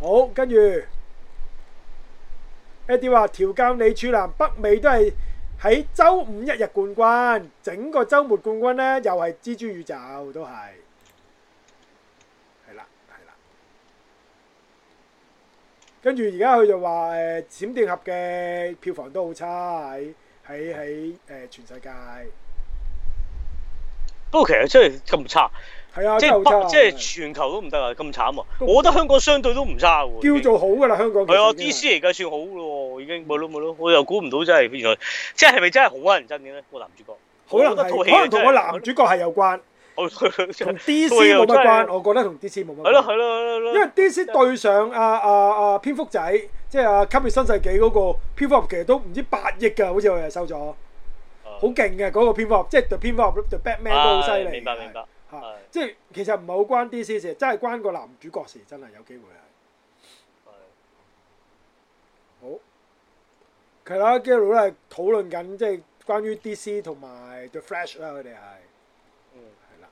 Speaker 2: 好，跟住 Eddie 話調教李柱南北美都係喺周五一日冠軍，整個週末冠軍呢又係蜘蛛宇宙都係，係啦係啦。跟住而家佢就話誒、呃閃電俠嘅票房都好差喺喺喺誒全世界，係
Speaker 1: 不過其實真係咁差，
Speaker 2: 啊，
Speaker 1: 即
Speaker 2: 真
Speaker 1: 係
Speaker 2: 係好差
Speaker 1: 北
Speaker 2: 啊，
Speaker 1: 即係全球都唔得啊，咁慘啊！
Speaker 2: 都唔得
Speaker 1: 我覺得香港相對都唔差喎，已經
Speaker 2: 叫做好㗎啦，香港其實
Speaker 1: 係啊
Speaker 2: 已經係
Speaker 1: ，DC 嚟計算好咯喎，已經冇咯冇咯，我又估唔到真係原來，即係係咪真係好乞人憎嘅咧？個男主角，
Speaker 2: 可能
Speaker 1: 我覺得
Speaker 2: 係
Speaker 1: 套戲
Speaker 2: 可能同
Speaker 1: 真
Speaker 2: 個
Speaker 1: 係
Speaker 2: 男主角係有關。
Speaker 1: 我
Speaker 2: 同
Speaker 1: 係對
Speaker 2: DC 冇
Speaker 1: 又真
Speaker 2: 乜
Speaker 1: 係
Speaker 2: 關，我覺得同 DC 冇乜
Speaker 1: 咯
Speaker 2: 關。
Speaker 1: 係咯係咯，
Speaker 2: 因為 DC 對上啊啊啊蝙蝠仔，即係啊《吸血新世紀》嗰個蝙蝠俠，其實都唔知八億㗎，好似我哋收咗，好
Speaker 1: 好
Speaker 2: 勁嘅嗰個蝙蝠俠，即係 The 蝙蝠俠 The Batman 都好犀利。
Speaker 1: 明白明白，
Speaker 2: 嚇
Speaker 1: 係
Speaker 2: 即係其實唔係好關 DC 事，真係關個男主角事，真係有機會啊係。好，係啦，跟住都係討論緊，即係關於 DC 同埋 The Flash 啦，佢哋係。
Speaker 1: 嗯
Speaker 2: 係啦，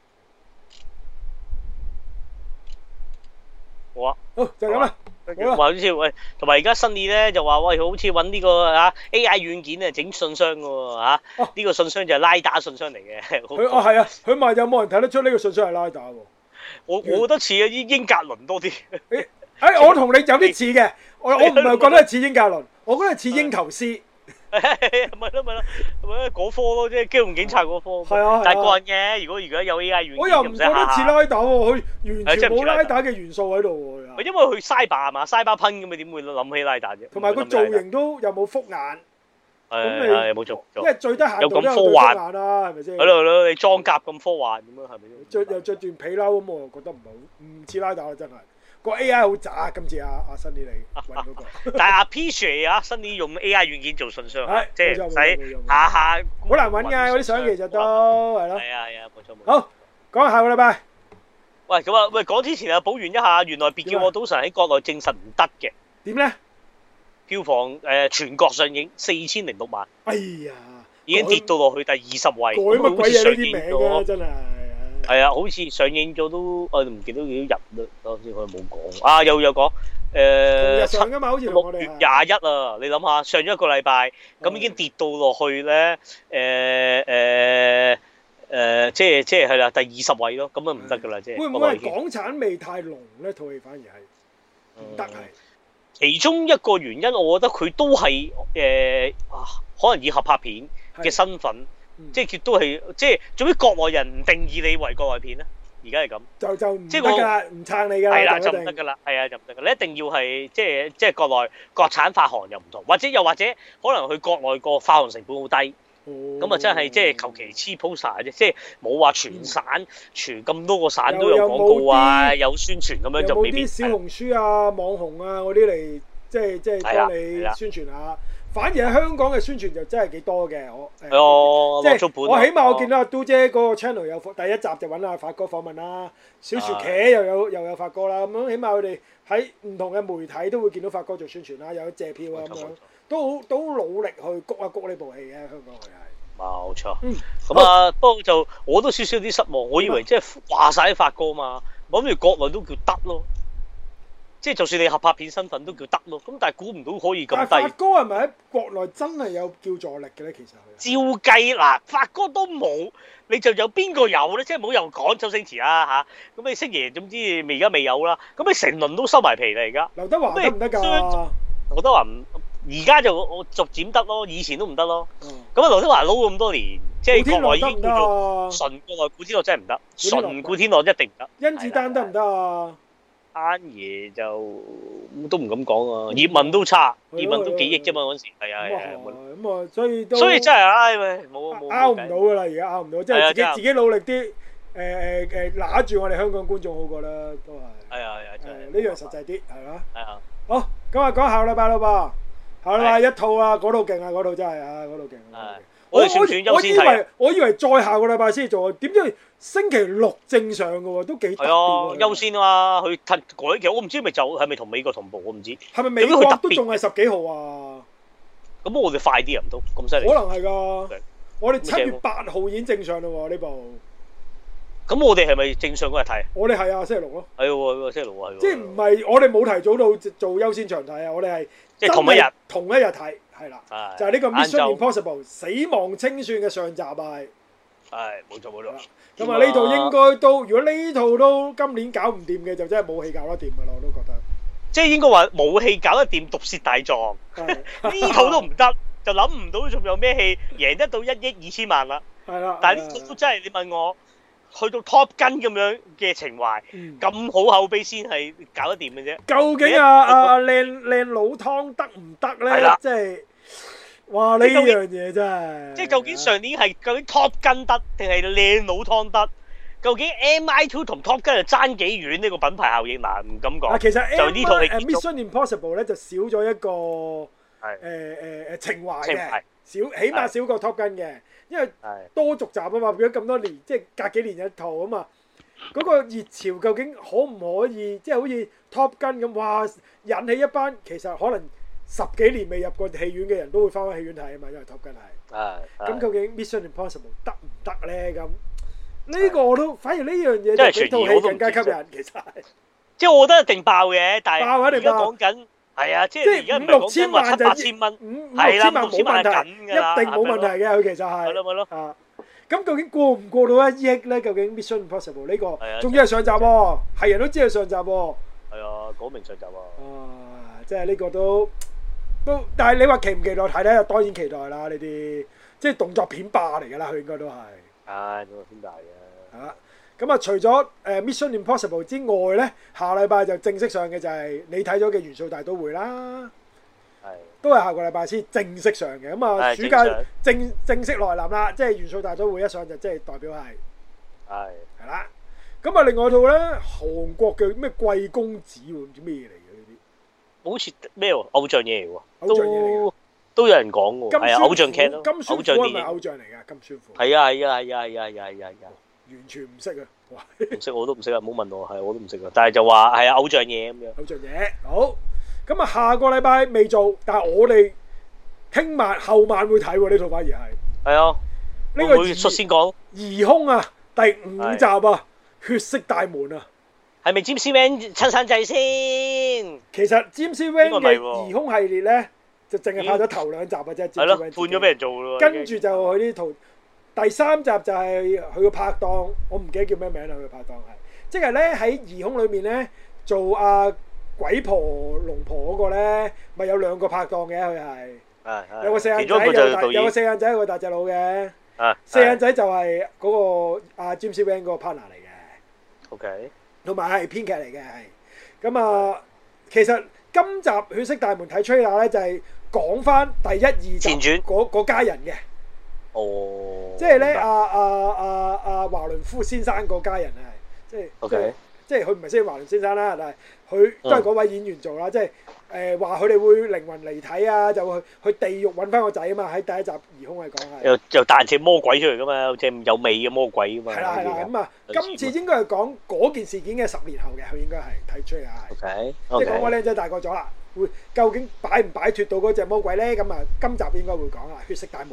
Speaker 1: 好啊。
Speaker 2: 好就係咁啦， 好啦
Speaker 1: 話好似喂，同埋而家新意咧就話喂，好似揾呢個啊 AI 軟件啊整信箱嘅喎嚇
Speaker 2: 哦
Speaker 1: 呢個信箱就係拉打信箱嚟嘅。
Speaker 2: 佢哦
Speaker 1: 我
Speaker 2: 係啊，佢問有冇人睇得出呢個信箱係拉打喎？
Speaker 1: 我我覺得似啊英英格倫多啲，
Speaker 2: 诶，我同你有啲似嘅，我我唔係覺得係似英格倫，我覺得係似英 球斯，
Speaker 1: 咪咯咪咯，咪咯嗰科咯，即係機動警察嗰科。
Speaker 2: 係啊
Speaker 1: 但係
Speaker 2: 係啊，
Speaker 1: 個人嘅，如果如果有 AI 軟
Speaker 2: 我
Speaker 1: 件
Speaker 2: 又
Speaker 1: 就
Speaker 2: 唔
Speaker 1: 唔使
Speaker 2: 覺得似
Speaker 1: 嚇。
Speaker 2: 拉打喎，佢完
Speaker 1: 係真係
Speaker 2: 全
Speaker 1: 唔似
Speaker 2: 冇
Speaker 1: 拉打
Speaker 2: 拉打嘅元素喺度喎
Speaker 1: 咪
Speaker 2: 佢係，
Speaker 1: 因為佢 cyber 係嘛，cyber 噴咁啊，點會諗起拉打啫？
Speaker 2: 同埋個
Speaker 1: 唔會
Speaker 2: 造
Speaker 1: 諗起拉
Speaker 2: 型都又冇複眼，
Speaker 1: 打，
Speaker 2: 咁
Speaker 1: 係
Speaker 2: 你
Speaker 1: 係冇錯冇錯。
Speaker 2: 因為最低限度都有
Speaker 1: 又咁
Speaker 2: 對
Speaker 1: 科
Speaker 2: 複
Speaker 1: 幻
Speaker 2: 眼啦，係咪先
Speaker 1: 係？咯係咯，你裝甲咁科幻咁樣係咪先？
Speaker 2: 着又着段皮褸咁，我又覺得唔係好唔似拉打啦，真係個 A.I. 好渣，今次阿阿新啲你揾 嗰個
Speaker 1: 但係阿 p s h 啊，新年用 AI 軟件做信箱啊
Speaker 2: 係，
Speaker 1: 即係
Speaker 2: 冇錯
Speaker 1: 唔
Speaker 2: 冇錯冇
Speaker 1: 使
Speaker 2: 錯
Speaker 1: 下下
Speaker 2: 好難揾㗎，嗰啲相其實都係咯。
Speaker 1: 啊係啊係啊，冇錯冇錯。
Speaker 2: 好，講下下個禮拜
Speaker 1: 喂咁啊，喂講之前啊，補完一下，原來別叫
Speaker 2: 啊
Speaker 1: 我賭神喺國內證實唔得嘅，
Speaker 2: 點咧？
Speaker 1: 票房誒全國上映四千零六萬，
Speaker 2: 哎呀，
Speaker 1: 已經跌到落去第二十位，
Speaker 2: 改乜鬼嘢呢啲名嘅
Speaker 1: 咗。
Speaker 2: 真係。唉
Speaker 1: 係啊，好似上映咗都，我唔記得幾多日啦，當時佢冇講。啊，有有講呃誒
Speaker 2: 日上噶嘛，好似同
Speaker 1: 六
Speaker 2: 我
Speaker 1: 月
Speaker 2: 哋嗯
Speaker 1: 廿一啊，你諗下，上咗一個禮拜，咁已經跌到落去咧，誒誒誒，即係即係係啦，第二十位咯，咁啊唔得噶啦，即係
Speaker 2: 會唔
Speaker 1: 國內已
Speaker 2: 會
Speaker 1: 經
Speaker 2: 係港產味太濃咧？套戲反而係唔得係
Speaker 1: 嗯其中一個原因，我覺得佢都係誒、啊可能以合拍片嘅
Speaker 2: 係
Speaker 1: 身份
Speaker 2: 嗯，
Speaker 1: 即係佢都係即係，總之國內人唔定義你為國內片啦，而家係咁。
Speaker 2: 就就唔
Speaker 1: 即
Speaker 2: 得
Speaker 1: 係我
Speaker 2: 㗎啦，唔撐你㗎
Speaker 1: 係啦，
Speaker 2: 啦，
Speaker 1: 就
Speaker 2: 就
Speaker 1: 唔
Speaker 2: 一
Speaker 1: 得㗎
Speaker 2: 定
Speaker 1: 啦，係啊，就唔得㗎。你一定要係即係即係國內國產發行又唔同，或者又或者可能佢國內個發行成本好低，咁
Speaker 2: 咁
Speaker 1: 啊真
Speaker 2: 哦
Speaker 1: 係即係求其黐 poster 啫，即係冇話全省全咁多個省都有
Speaker 2: 嗯又有冇
Speaker 1: 廣告啊，
Speaker 2: 啲
Speaker 1: 有宣傳咁樣
Speaker 2: 有
Speaker 1: 就
Speaker 2: 冇
Speaker 1: 未必
Speaker 2: 啲小
Speaker 1: 係啦。
Speaker 2: 紅書啊、網紅啊嗰啲嚟，即係即係
Speaker 1: 係啦
Speaker 2: 幫
Speaker 1: 係啦
Speaker 2: 你宣傳下。反而喺香港嘅宣傳就真係幾多嘅，我誒
Speaker 1: 係哦，
Speaker 2: 即
Speaker 1: 落足本
Speaker 2: 係
Speaker 1: 啊。
Speaker 2: 我起碼我見
Speaker 1: 到
Speaker 2: 到阿嘟姐嗰個 channel 有訪第一集就揾阿發哥訪問啦，小薯茄又有又有發哥啦，咁樣起碼佢哋喺唔同嘅媒體都會見到發哥做宣傳啦，又有借票啊咁樣。都好都好努力去谷一谷呢部戲嘅香港佢係，
Speaker 1: 哦冇錯。
Speaker 2: 嗯，
Speaker 1: 咁啊，不過就我都少少啲失望，我以為即係話晒啲發哥嘛，我諗住國內都叫得咯，即係就算你合拍片身份都叫得咯，咁但係估唔到可以
Speaker 2: 但
Speaker 1: 咁
Speaker 2: 係發
Speaker 1: 低。
Speaker 2: 哥係咪喺國內真係有叫助力嘅咧？其實
Speaker 1: 照
Speaker 2: 佢
Speaker 1: 計嗱，發哥都冇，你就有邊個有咧？即係冇又講周星馳啦吓，咁你星爺總之未而家未有啦，咁你成輪都收埋皮啦而家。
Speaker 2: 劉德華得唔得㗎？
Speaker 1: 劉德華唔而家就我逐漸得咯，以前都唔得咯。
Speaker 2: 嗯
Speaker 1: 咁啊，劉德華撈咁多年，即
Speaker 2: 古
Speaker 1: 係
Speaker 2: 天
Speaker 1: 國
Speaker 2: 樂
Speaker 1: 內
Speaker 2: 得
Speaker 1: 已
Speaker 2: 唔
Speaker 1: 經
Speaker 2: 得
Speaker 1: 叫做
Speaker 2: 啊？
Speaker 1: 純國內古天樂真係唔得，
Speaker 2: 古天樂
Speaker 1: 純古天樂一定唔得。
Speaker 2: 甄子丹得唔得啊？
Speaker 1: 單嘢就都唔敢講
Speaker 2: 嗯
Speaker 1: 啊，葉問都差，
Speaker 2: 係咯
Speaker 1: 葉問都幾億啫嘛嗰陣時，係啊
Speaker 2: 咁
Speaker 1: 係
Speaker 2: 啊
Speaker 1: 啊冇
Speaker 2: 係咁啊，所以都
Speaker 1: 所以真係唉喂，冇冇
Speaker 2: 拗唔
Speaker 1: 冇
Speaker 2: 到
Speaker 1: 計
Speaker 2: 㗎啦，而家拗唔到，即
Speaker 1: 係
Speaker 2: 係
Speaker 1: 啊
Speaker 2: 自
Speaker 1: 真係
Speaker 2: 己自己努力啲，誒誒誒，揦住我哋香港觀眾好過啦，都係
Speaker 1: 係啊係啊，
Speaker 2: 誒
Speaker 1: 真係
Speaker 2: 嗯呢樣實際啲係嘛？
Speaker 1: 係啊，
Speaker 2: 好，à, 咁啊講下個禮拜啦噃，下個禮拜一套啊，嗰套勁啊，嗰套真係啊，嗰套勁啊嗰套勁
Speaker 1: 係，我哋算唔算優先
Speaker 2: 我以
Speaker 1: 睇啊
Speaker 2: 為？我以為再下個禮拜先做，點知星期六正上嘅喎，都幾特
Speaker 1: 係
Speaker 2: 別
Speaker 1: 啊，
Speaker 2: 喎
Speaker 1: 優先啊嘛，佢褪改，其實我唔知咪就係咪同美國同步，我唔知。
Speaker 2: 係咪美
Speaker 1: 點解佢
Speaker 2: 國
Speaker 1: 特
Speaker 2: 都
Speaker 1: 別
Speaker 2: 仲係十幾號啊？
Speaker 1: 咁我哋快啲啊，唔到咁犀
Speaker 2: 可
Speaker 1: 利。
Speaker 2: 能係㗎。我哋
Speaker 1: 咁
Speaker 2: 七月
Speaker 1: 正喎
Speaker 2: 八號已經正上嘞喎呢部，
Speaker 1: 咁我哋係咪正常嗰日睇？
Speaker 2: 我哋係啊星期六咯，
Speaker 1: 係喎，星期六喎，係喎。
Speaker 2: 即係唔係我哋冇提早到做優先場睇啊，我哋係
Speaker 1: 即係同一日
Speaker 2: 真係同一日睇係啦，
Speaker 1: 係
Speaker 2: 就係呢個
Speaker 1: 哎晏晝
Speaker 2: Mission Impossible 死亡清算嘅上集啊。係
Speaker 1: 係哎冇錯冇錯。
Speaker 2: 咁啊，呢套應該都，如果呢套都今年搞唔掂嘅，就真係冇戲搞得掂噶啦，我都覺得。
Speaker 1: 即係應該話武器搞得掂毒舌大 狀，
Speaker 2: 係
Speaker 1: 呢套都唔得，就諗唔到仲有咩戲贏得到一億二千萬 啦。
Speaker 2: 係啦，
Speaker 1: 但係呢套都真係你問我，去到 Top 跟咁樣嘅情懷，
Speaker 2: 嗯
Speaker 1: 咁好口碑先係搞得掂嘅啫。
Speaker 2: 究竟啊啊啊靚靚老湯得唔得
Speaker 1: 係
Speaker 2: 咧
Speaker 1: 啦？
Speaker 2: 即係哇呢
Speaker 1: 即係究竟
Speaker 2: 樣嘢真係。
Speaker 1: 即係究竟上年係究竟 Top 跟得定係靚佬湯得？究竟 MI Two 同 Top 跟係爭幾遠呢個品牌效應嗱？唔敢
Speaker 2: 啊，
Speaker 1: 講。
Speaker 2: 其實
Speaker 1: 就呢套戲
Speaker 2: M- 誒 Mission Impossible 咧就少咗一個誒
Speaker 1: 係
Speaker 2: 誒誒情懷
Speaker 1: 情
Speaker 2: 嘅，
Speaker 1: 懷
Speaker 2: 少起
Speaker 1: 係
Speaker 2: 碼少過 Top Gun 嘅，因為
Speaker 1: 係
Speaker 2: 多續集啊嘛，變咗咁多年，即係隔幾年一套啊嘛。嗰、個熱潮究竟可唔可以，即係好似 Top Gun 咁，哇！引起一班其實可能十幾年未入過戲院嘅人都會翻返戲院睇啊嘛，因為 Top Gun 係。
Speaker 1: 係
Speaker 2: 咁究竟 Mission Impossible 得唔得咧？咁呢個我都反而呢樣嘢
Speaker 1: 因為
Speaker 2: 就比
Speaker 1: 傳
Speaker 2: 套
Speaker 1: 言我
Speaker 2: 戲
Speaker 1: 都唔
Speaker 2: 更加
Speaker 1: 接
Speaker 2: 吸
Speaker 1: 受
Speaker 2: 引，其實係。
Speaker 1: 即係我覺得一定爆嘅，但係
Speaker 2: 爆一
Speaker 1: 而
Speaker 2: 定
Speaker 1: 家
Speaker 2: 爆
Speaker 1: 講緊係啊，即
Speaker 2: 即
Speaker 1: 係而
Speaker 2: 係
Speaker 1: 家
Speaker 2: 五
Speaker 1: 唔係
Speaker 2: 六
Speaker 1: 講
Speaker 2: 千
Speaker 1: 緊
Speaker 2: 萬
Speaker 1: 話
Speaker 2: 就
Speaker 1: 七八千蚊，
Speaker 2: 五五
Speaker 1: 係
Speaker 2: 六
Speaker 1: 啦五
Speaker 2: 千萬
Speaker 1: 六千
Speaker 2: 冇問
Speaker 1: 萬
Speaker 2: 題，
Speaker 1: 緊
Speaker 2: 一
Speaker 1: 㗎啦
Speaker 2: 定冇問題嘅，佢其實
Speaker 1: 係咯
Speaker 2: 係
Speaker 1: 咪咯，
Speaker 2: 啊。咁究竟過唔過到一億咧？究竟 Mission Impossible 呢
Speaker 1: 係
Speaker 2: 個
Speaker 1: 啊
Speaker 2: 仲要係上集喎，係人都知係上集喎。
Speaker 1: 係啊，講明上集啊。
Speaker 2: À, 啊，即係呢個都都，但係你話期唔期待睇咧？當然期待啦，呢啲即係動作片霸嚟㗎啦，佢應該都係。
Speaker 1: 唉，咁啊天大嘅。
Speaker 2: 啊，咁啊，除咗誒 à, Mission Impossible 之外咧，下禮拜就正式上嘅就係你睇咗嘅《元素大都會》啦。
Speaker 1: 係
Speaker 2: 都係下個禮拜先正式上嘅，咁啊
Speaker 1: 係
Speaker 2: 暑假
Speaker 1: 正常
Speaker 2: 正正式來臨啦，即係元素大都會一上就即係代表係
Speaker 1: 係
Speaker 2: 係啦。咁啊，另外一套咧韓國嘅咩貴公子喎，唔知咩嘢嚟嘅呢
Speaker 1: 好似咩喎？偶像嘢嚟喎，
Speaker 2: 偶像嘢嚟
Speaker 1: 都都有人講喎。
Speaker 2: 啲。
Speaker 1: 係啊，偶像劇咯，
Speaker 2: 金
Speaker 1: 偶
Speaker 2: 宣
Speaker 1: 像
Speaker 2: 虎
Speaker 1: 電
Speaker 2: 係咪
Speaker 1: 影。
Speaker 2: 偶像嚟㗎？金宣虎
Speaker 1: 係啊係啊係啊係啊係啊係啊係啊，
Speaker 2: 完全唔識啊！哇，
Speaker 1: 唔識我都唔識啊，唔好問我，係我都唔識啊。但係就話係啊，偶像嘢咁樣。
Speaker 2: 偶像嘢好。咁啊，下個禮拜未做，但係我哋聽晚後晚會睇喎，呢套反而係
Speaker 1: 係啊，
Speaker 2: 呢
Speaker 1: 會唔
Speaker 2: 個
Speaker 1: 會率
Speaker 2: 疑
Speaker 1: 先講
Speaker 2: 疑兇啊，第五集啊，血色大門啊。
Speaker 1: 係咪 James Van 親生仔先？
Speaker 2: 其實 James Wan
Speaker 1: 應該
Speaker 2: 嘅
Speaker 1: 唔係喎嗯
Speaker 2: 疑兇系列咧，就淨係拍咗頭兩集嘅啫。
Speaker 1: 係咯，
Speaker 2: James
Speaker 1: 判
Speaker 2: Wan
Speaker 1: 咗俾人做咯。
Speaker 2: 跟住就佢啲套第三集就係佢個拍檔，我唔記得叫咩名啦。佢個拍檔係，即係咧喺疑兇裏面咧做阿、鬼婆龍婆嗰個咧，咪有兩個拍檔嘅佢係，
Speaker 1: 係係
Speaker 2: 有個四眼
Speaker 1: 其中
Speaker 2: 仔，
Speaker 1: 一個
Speaker 2: 有
Speaker 1: 就
Speaker 2: 個
Speaker 1: 係
Speaker 2: 大
Speaker 1: 導
Speaker 2: 有個
Speaker 1: 演
Speaker 2: 四眼仔，有個大隻佬嘅。
Speaker 1: 啊，
Speaker 2: 四眼仔就係嗰、個阿、James Wan 嗰個 partner 嚟嘅。
Speaker 1: O K，
Speaker 2: 同埋係編劇嚟嘅，係咁啊。其實今集《血色大門》睇 trailer 咧，就係講翻第一二集
Speaker 1: 前傳
Speaker 2: 嗰嗰家人嘅，
Speaker 1: 哦，
Speaker 2: 即係啊咧阿阿阿阿啊華倫夫先生嗰家人啊，即係
Speaker 1: OK
Speaker 2: 即係即係佢唔係先華倫先生啦，但係佢都係
Speaker 1: 嗯
Speaker 2: 嗰位演員做啦，即係誒話佢哋會靈魂離體啊，就去去地獄揾翻個仔啊嘛，喺第一集疑兇嚟講係。
Speaker 1: 又又彈隻魔鬼出嚟噶嘛，有隻有味嘅魔鬼噶嘛。
Speaker 2: 係啦係啦，咁啊，今次應該係講嗰件事件嘅十年後嘅，佢應該係睇 trailer 係
Speaker 1: O。K，
Speaker 2: 即係講個僆仔大個咗啦，會究竟擺唔擺脱到嗰只魔鬼咧？咁啊，今集應該會講啦，《血色大門》。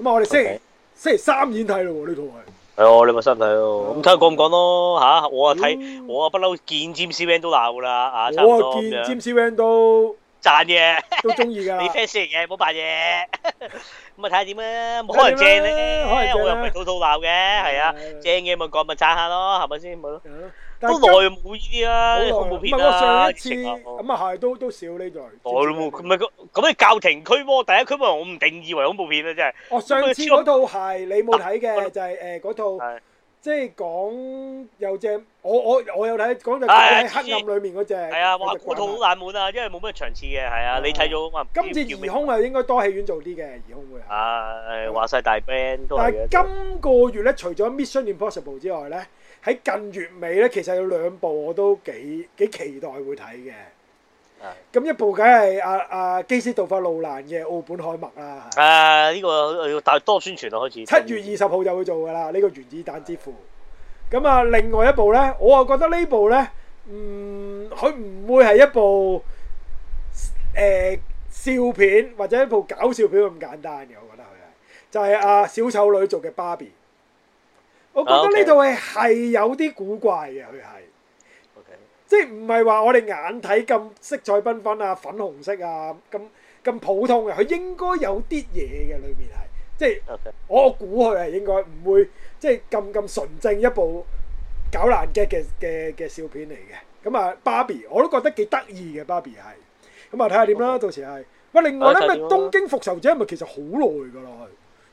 Speaker 2: 咁啊，我哋星期
Speaker 1: OK
Speaker 2: 星期三演睇咯喎，呢套係。
Speaker 1: 係喎，你咪身體咯。咁睇下講唔講咯嚇，我啊睇
Speaker 2: 嗯
Speaker 1: 我啊不嬲見 James Van 都鬧啦啊，差唔
Speaker 2: 我啊
Speaker 1: 多咁
Speaker 2: 見
Speaker 1: 樣
Speaker 2: James Wan 都
Speaker 1: 讚嘅，
Speaker 2: 都中意㗎
Speaker 1: 你
Speaker 2: 啦。
Speaker 1: fans 嚟嘅，唔好扮嘢。 咁啊睇下點啊，可能正咧，
Speaker 2: 可能正啦啊嗯
Speaker 1: 我又唔係套套鬧嘅，係啊，
Speaker 2: 係
Speaker 1: 正嘅咪講咪讚下咯，係咪先咪咯？
Speaker 2: 係咯但
Speaker 1: 都
Speaker 2: 係
Speaker 1: 耐
Speaker 2: 今
Speaker 1: 冇呢啲啦，恐
Speaker 2: 好耐啊
Speaker 1: 怖
Speaker 2: 唔
Speaker 1: 片
Speaker 2: 係我
Speaker 1: 啦，
Speaker 2: 上一次
Speaker 1: 疫情啊
Speaker 2: 咁啊係都都少呢類。
Speaker 1: 耐咯喎，咁咪咁咁你教廷驅魔第一驅魔人，我唔定義為恐怖片啊，真係。
Speaker 2: 我上次嗰套係你冇 睇嘅，就係誒嗰套
Speaker 1: 係
Speaker 2: 即係講有隻我我我有睇講就
Speaker 1: 係
Speaker 2: 喺黑暗裡面嗰只。
Speaker 1: 係啊，哇！
Speaker 2: 嗰隻
Speaker 1: 嗰
Speaker 2: 鬼
Speaker 1: 套好
Speaker 2: 嘛
Speaker 1: 冷門啊，因為冇咩場次嘅，係啊，你睇咗哇？唔知
Speaker 2: 今次疑
Speaker 1: 叫咩
Speaker 2: 兇啊，應該多戲院做啲嘅，疑兇會係。
Speaker 1: 啊，誒話晒大 band 都
Speaker 2: 但
Speaker 1: 係嘅
Speaker 2: 係。今個月咧，除咗 Mission Impossible 之外咧，喺近月尾咧，其實有兩部我都幾幾期待會睇嘅。
Speaker 1: 啊
Speaker 2: 咁一部梗係阿阿基斯道法路蘭嘅澳本海默啦，係
Speaker 1: 啊，呢個要大多宣傳啊啦，開始。
Speaker 2: 七月二十號就會做㗎啦，呢個原子彈之父。咁啊，另外一部咧，我啊覺得呢部咧，嗯，佢唔會係一部誒笑片或者一部搞笑片咁簡單嘅，我覺得佢係就係阿小丑女做嘅芭比。我覺
Speaker 1: 啊
Speaker 2: 得
Speaker 1: ，OK
Speaker 2: 呢套戲係有啲古怪嘅，佢係。即係唔係話我哋眼睇咁色彩繽紛啊、粉紅色啊咁咁普通嘅，佢應該有啲嘢嘅裏面係，即係
Speaker 1: OK，OK，
Speaker 2: 我我估佢係應該唔會即係咁咁純正一部搞爛嘅嘅嘅嘅笑片嚟嘅。咁啊，芭比我都覺得幾得意嘅，芭比係。咁啊，睇下點啦，到時係。喂，另外咧，
Speaker 1: 哦啊睇下
Speaker 2: 咪
Speaker 1: 點啦
Speaker 2: 東京復仇者咪其實好耐㗎啦，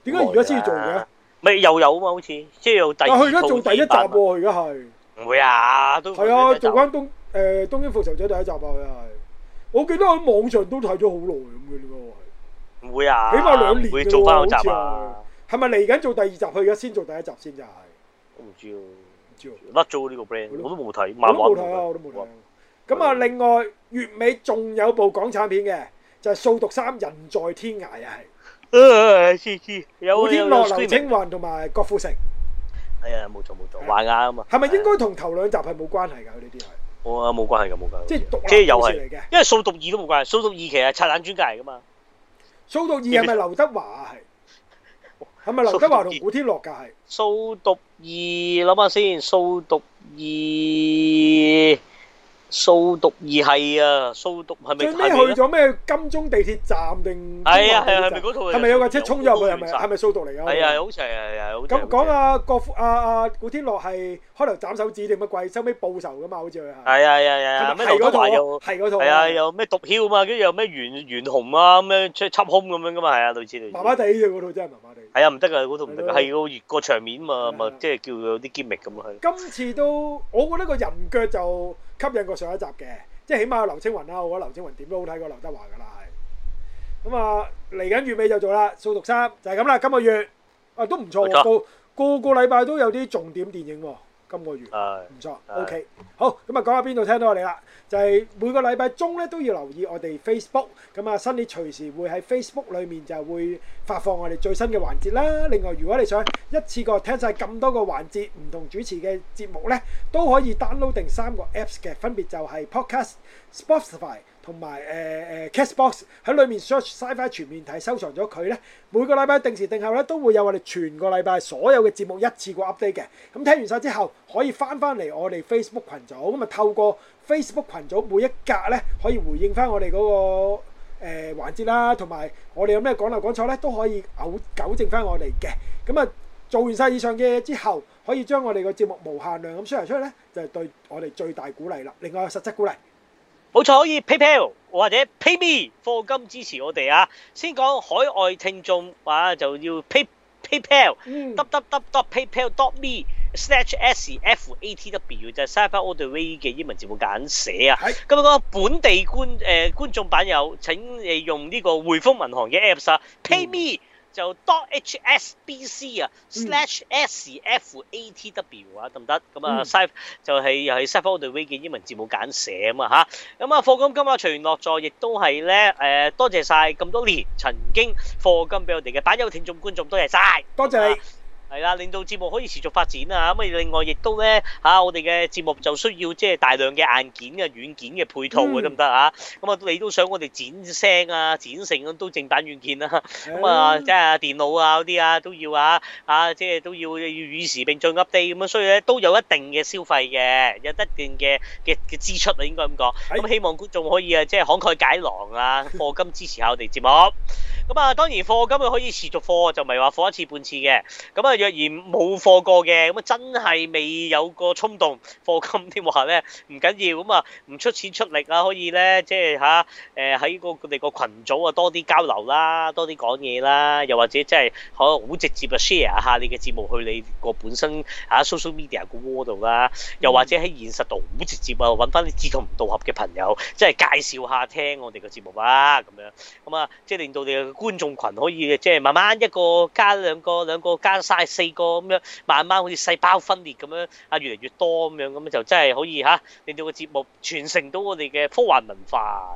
Speaker 2: 佢點解而家
Speaker 1: à.
Speaker 2: 先至做嘅？
Speaker 1: 咪又有啊嘛，好似即係有第
Speaker 2: 但
Speaker 1: 二
Speaker 2: 佢而家
Speaker 1: 套
Speaker 2: 做第一集
Speaker 1: 版
Speaker 2: 喎，佢而家係。
Speaker 1: 唔會啊，都
Speaker 2: 係啊，做
Speaker 1: 翻
Speaker 2: 翻東誒東京復仇者第一集啊，佢係。我記得喺網上都睇咗好耐咁嘅咯
Speaker 1: 唔會啊，
Speaker 2: 起碼兩年
Speaker 1: 唔會做翻嗰集
Speaker 2: 㗎喎
Speaker 1: 啊，
Speaker 2: 喎，係咪嚟緊做第二集？佢而家先做第一集先就係，唔
Speaker 1: 我唔知喎，
Speaker 2: 知喎
Speaker 1: 甩咗呢個 brand，我都冇睇，漫畫
Speaker 2: 我
Speaker 1: 冇
Speaker 2: 都冇睇啊，我都冇睇啊。咁
Speaker 1: 係
Speaker 2: 啊，
Speaker 1: 啊
Speaker 2: 另外月尾仲有部港產片嘅，就係《掃毒三人在天涯》啊，係
Speaker 1: 誒，知知有
Speaker 2: 古
Speaker 1: 啊
Speaker 2: 天
Speaker 1: 有有
Speaker 2: 樂、劉青
Speaker 1: streaming，
Speaker 2: 雲同埋郭富城，
Speaker 1: 係啊，冇錯冇錯，玩啱啊嘛，
Speaker 2: 係咪應該同頭兩集係冇關係㗎？佢呢啲係，
Speaker 1: 我啊冇關係㗎冇關係，
Speaker 2: 即係獨立
Speaker 1: 即係又
Speaker 2: 故
Speaker 1: 係
Speaker 2: 事嚟嘅。
Speaker 1: 因為掃毒二都冇關係，掃毒二其實係拆彈專家嚟㗎嘛，
Speaker 2: 掃毒二係咪劉德華啊？係係咪劉德華同古天樂㗎？係。
Speaker 1: 掃毒二諗下先，掃毒二，掃毒二係啊，掃毒係咪
Speaker 2: 最
Speaker 1: 係
Speaker 2: 尾
Speaker 1: 咪
Speaker 2: 去
Speaker 1: 咧？
Speaker 2: 咗咩金鐘地鐵站定？
Speaker 1: 係啊係啊係咪嗰套嚟㗎
Speaker 2: 係咪有架車衝咗入去？係咪
Speaker 1: 掃毒二
Speaker 2: 係咪掃毒嚟㗎？
Speaker 1: 係啊，好似係係啊，好似係
Speaker 2: 咁講，啊，郭富啊啊古天樂係開頭斬手指定乜鬼，收尾報仇㗎嘛？好似佢係。
Speaker 1: 係啊係啊係啊，
Speaker 2: 係咪
Speaker 1: 咩劉德華又
Speaker 2: 係嗰套啊？
Speaker 1: 係啊，有咩毒枭嘛，跟住有咩袁袁弘啊咁樣出插胸咁樣㗎嘛，係啊，類似類似。
Speaker 2: 麻麻地嘅嗰套真係麻麻地。
Speaker 1: 係啊，唔得㗎，嗰套唔得
Speaker 2: 係
Speaker 1: 㗎，
Speaker 2: 咯
Speaker 1: 係個個場面嘛，
Speaker 2: 係啊
Speaker 1: 咪即係叫有啲 gimmick 咁咯，係咯。
Speaker 2: 今次都我覺得個人腳就吸引過上一集嘅，即係起碼有劉青雲啦，我覺得劉青雲點都好睇過劉德華㗎啦，係。咁啊，嚟緊月尾就做啦，《掃毒三》就係咁啦，今個月啊都唔錯
Speaker 1: 冇
Speaker 2: 喎，
Speaker 1: 錯
Speaker 2: 個個個禮拜都有啲重點電影喎，今個月。
Speaker 1: 係
Speaker 2: 唔錯
Speaker 1: 係
Speaker 2: ，OK，好咁啊，講下邊度聽到我哋啦，就係、每個禮拜中咧都要留意我哋 Facebook，咁啊，新年隨時會喺 Facebook 裏面就會發放我哋最新嘅環節啦。另外，如果你想一次過聽晒咁多個環節唔同主持嘅節目咧，都可以 download 定三個 Apps 嘅，分別就係 Podcast、Spotify。同埋誒誒 Castbox 喺裏面 search Sci-Fi 全面睇，收藏咗佢咧。每個禮拜定時定候咧，都會有我哋全個禮拜所有嘅節目一次過 update 嘅。咁聽完晒之後，可以翻翻嚟我哋 Facebook 群組，咁啊透過 Facebook 群組每一格咧，可以回應翻我哋嗰、個。誒、環節啦，同埋我哋有咩講漏講錯咧，都可以糾糾正翻我哋嘅。咁啊，做完晒以上嘅嘢之後，可以將我哋個節目無限量咁 share 出去咧，就係、對我哋最大鼓勵啦。另外有實質鼓勵。
Speaker 1: 冇錯，可以 PayPal 或者 PayMe 課金支持我哋啊！先講海外聽眾啊，就要 Pay PayPal。
Speaker 2: 嗯
Speaker 1: www.paypal.me slash s f a t w 就係 Cyber All the Way 嘅英文字母簡寫啊。
Speaker 2: 係
Speaker 1: 咁啊，本地觀誒、呃、觀眾版友，請你用呢個匯豐銀行嘅 Apps 啊，PayMe 就 dot hsbc 啊
Speaker 2: 嗯
Speaker 1: ，slash s f a t w 啊，得唔得？咁
Speaker 2: 嗯
Speaker 1: 啊，Cyber 就係又係 Cyber All the Way 嘅英文字母簡寫啊嘛嚇。咁啊，課金金額隨緣落座，亦都係咧誒，多謝晒咁多年曾經課金俾我哋嘅版友、聽眾、觀眾，多謝晒。
Speaker 2: 多謝你，
Speaker 1: 係啦，令到節目可以持續發展啊！咁啊，另外亦都咧嚇、啊我哋嘅節目就需要即係大量嘅硬件嘅軟件嘅配套
Speaker 2: 嗯
Speaker 1: 嘅得唔得啊？咁啊，你都想我哋剪聲啊、剪成啊都正版軟件啦、咁
Speaker 2: 咁
Speaker 1: 啊，即係電腦啊嗰啲啊都要啊，啊即係都要要與時並進 update 咁啊，所以咧都有一定嘅消費嘅，有一定嘅嘅嘅支出啊，應該咁講。
Speaker 2: 係
Speaker 1: 咁希望觀眾可以啊，即係慷慨解囊啊，課金支持下我哋節目。咁啊，當然課金佢可以持續課，就唔係話課一次半次嘅。咁啊，若然冇課過嘅，咁啊真係未有個衝動課金添話咧，唔緊要咁啊，唔出錢出力啊，可以咧即係嚇。誒喺個佢哋個群組啊多啲交流啦，多啲講嘢啦，又或者即係可能好直接啊 share 下你嘅節目去你個本身啊 social media 個 wall 度啦，又或者喺現實度好直接啊揾翻啲志同道合嘅朋友，即係介紹下聽我哋嘅節目啊咁樣，咁啊即係令到你嘅觀眾群可以嘅，即係慢慢一個加兩個，兩個加晒四個咁樣，慢慢好似細胞分裂咁樣啊，越嚟越多咁樣，咁就真係可以嚇令到個節目傳承到我哋嘅科幻文化。啊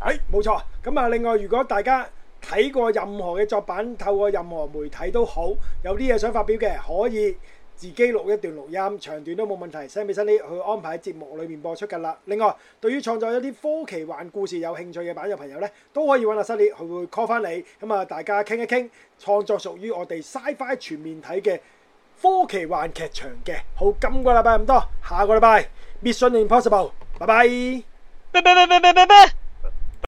Speaker 2: 係冇錯。咁啊，另外如果大家睇過任何嘅作品，透過任何媒體都好，有啲嘢想發表嘅，可以自己錄一段錄音，長短都冇問題，send 俾新啲去安排喺節目裏面播出㗎啦。另外，對於創作一啲科奇幻故事有興趣嘅版友朋友呢，都可以揾阿新啲，佢會 call 翻你，咁啊大家傾一傾創作屬於我哋 Sci-Fi 全面睇嘅科奇幻劇場嘅。好，今個禮拜咁多，下個禮拜 Mission Impossible，拜拜。
Speaker 1: 咩咩咩咩咩咩咩！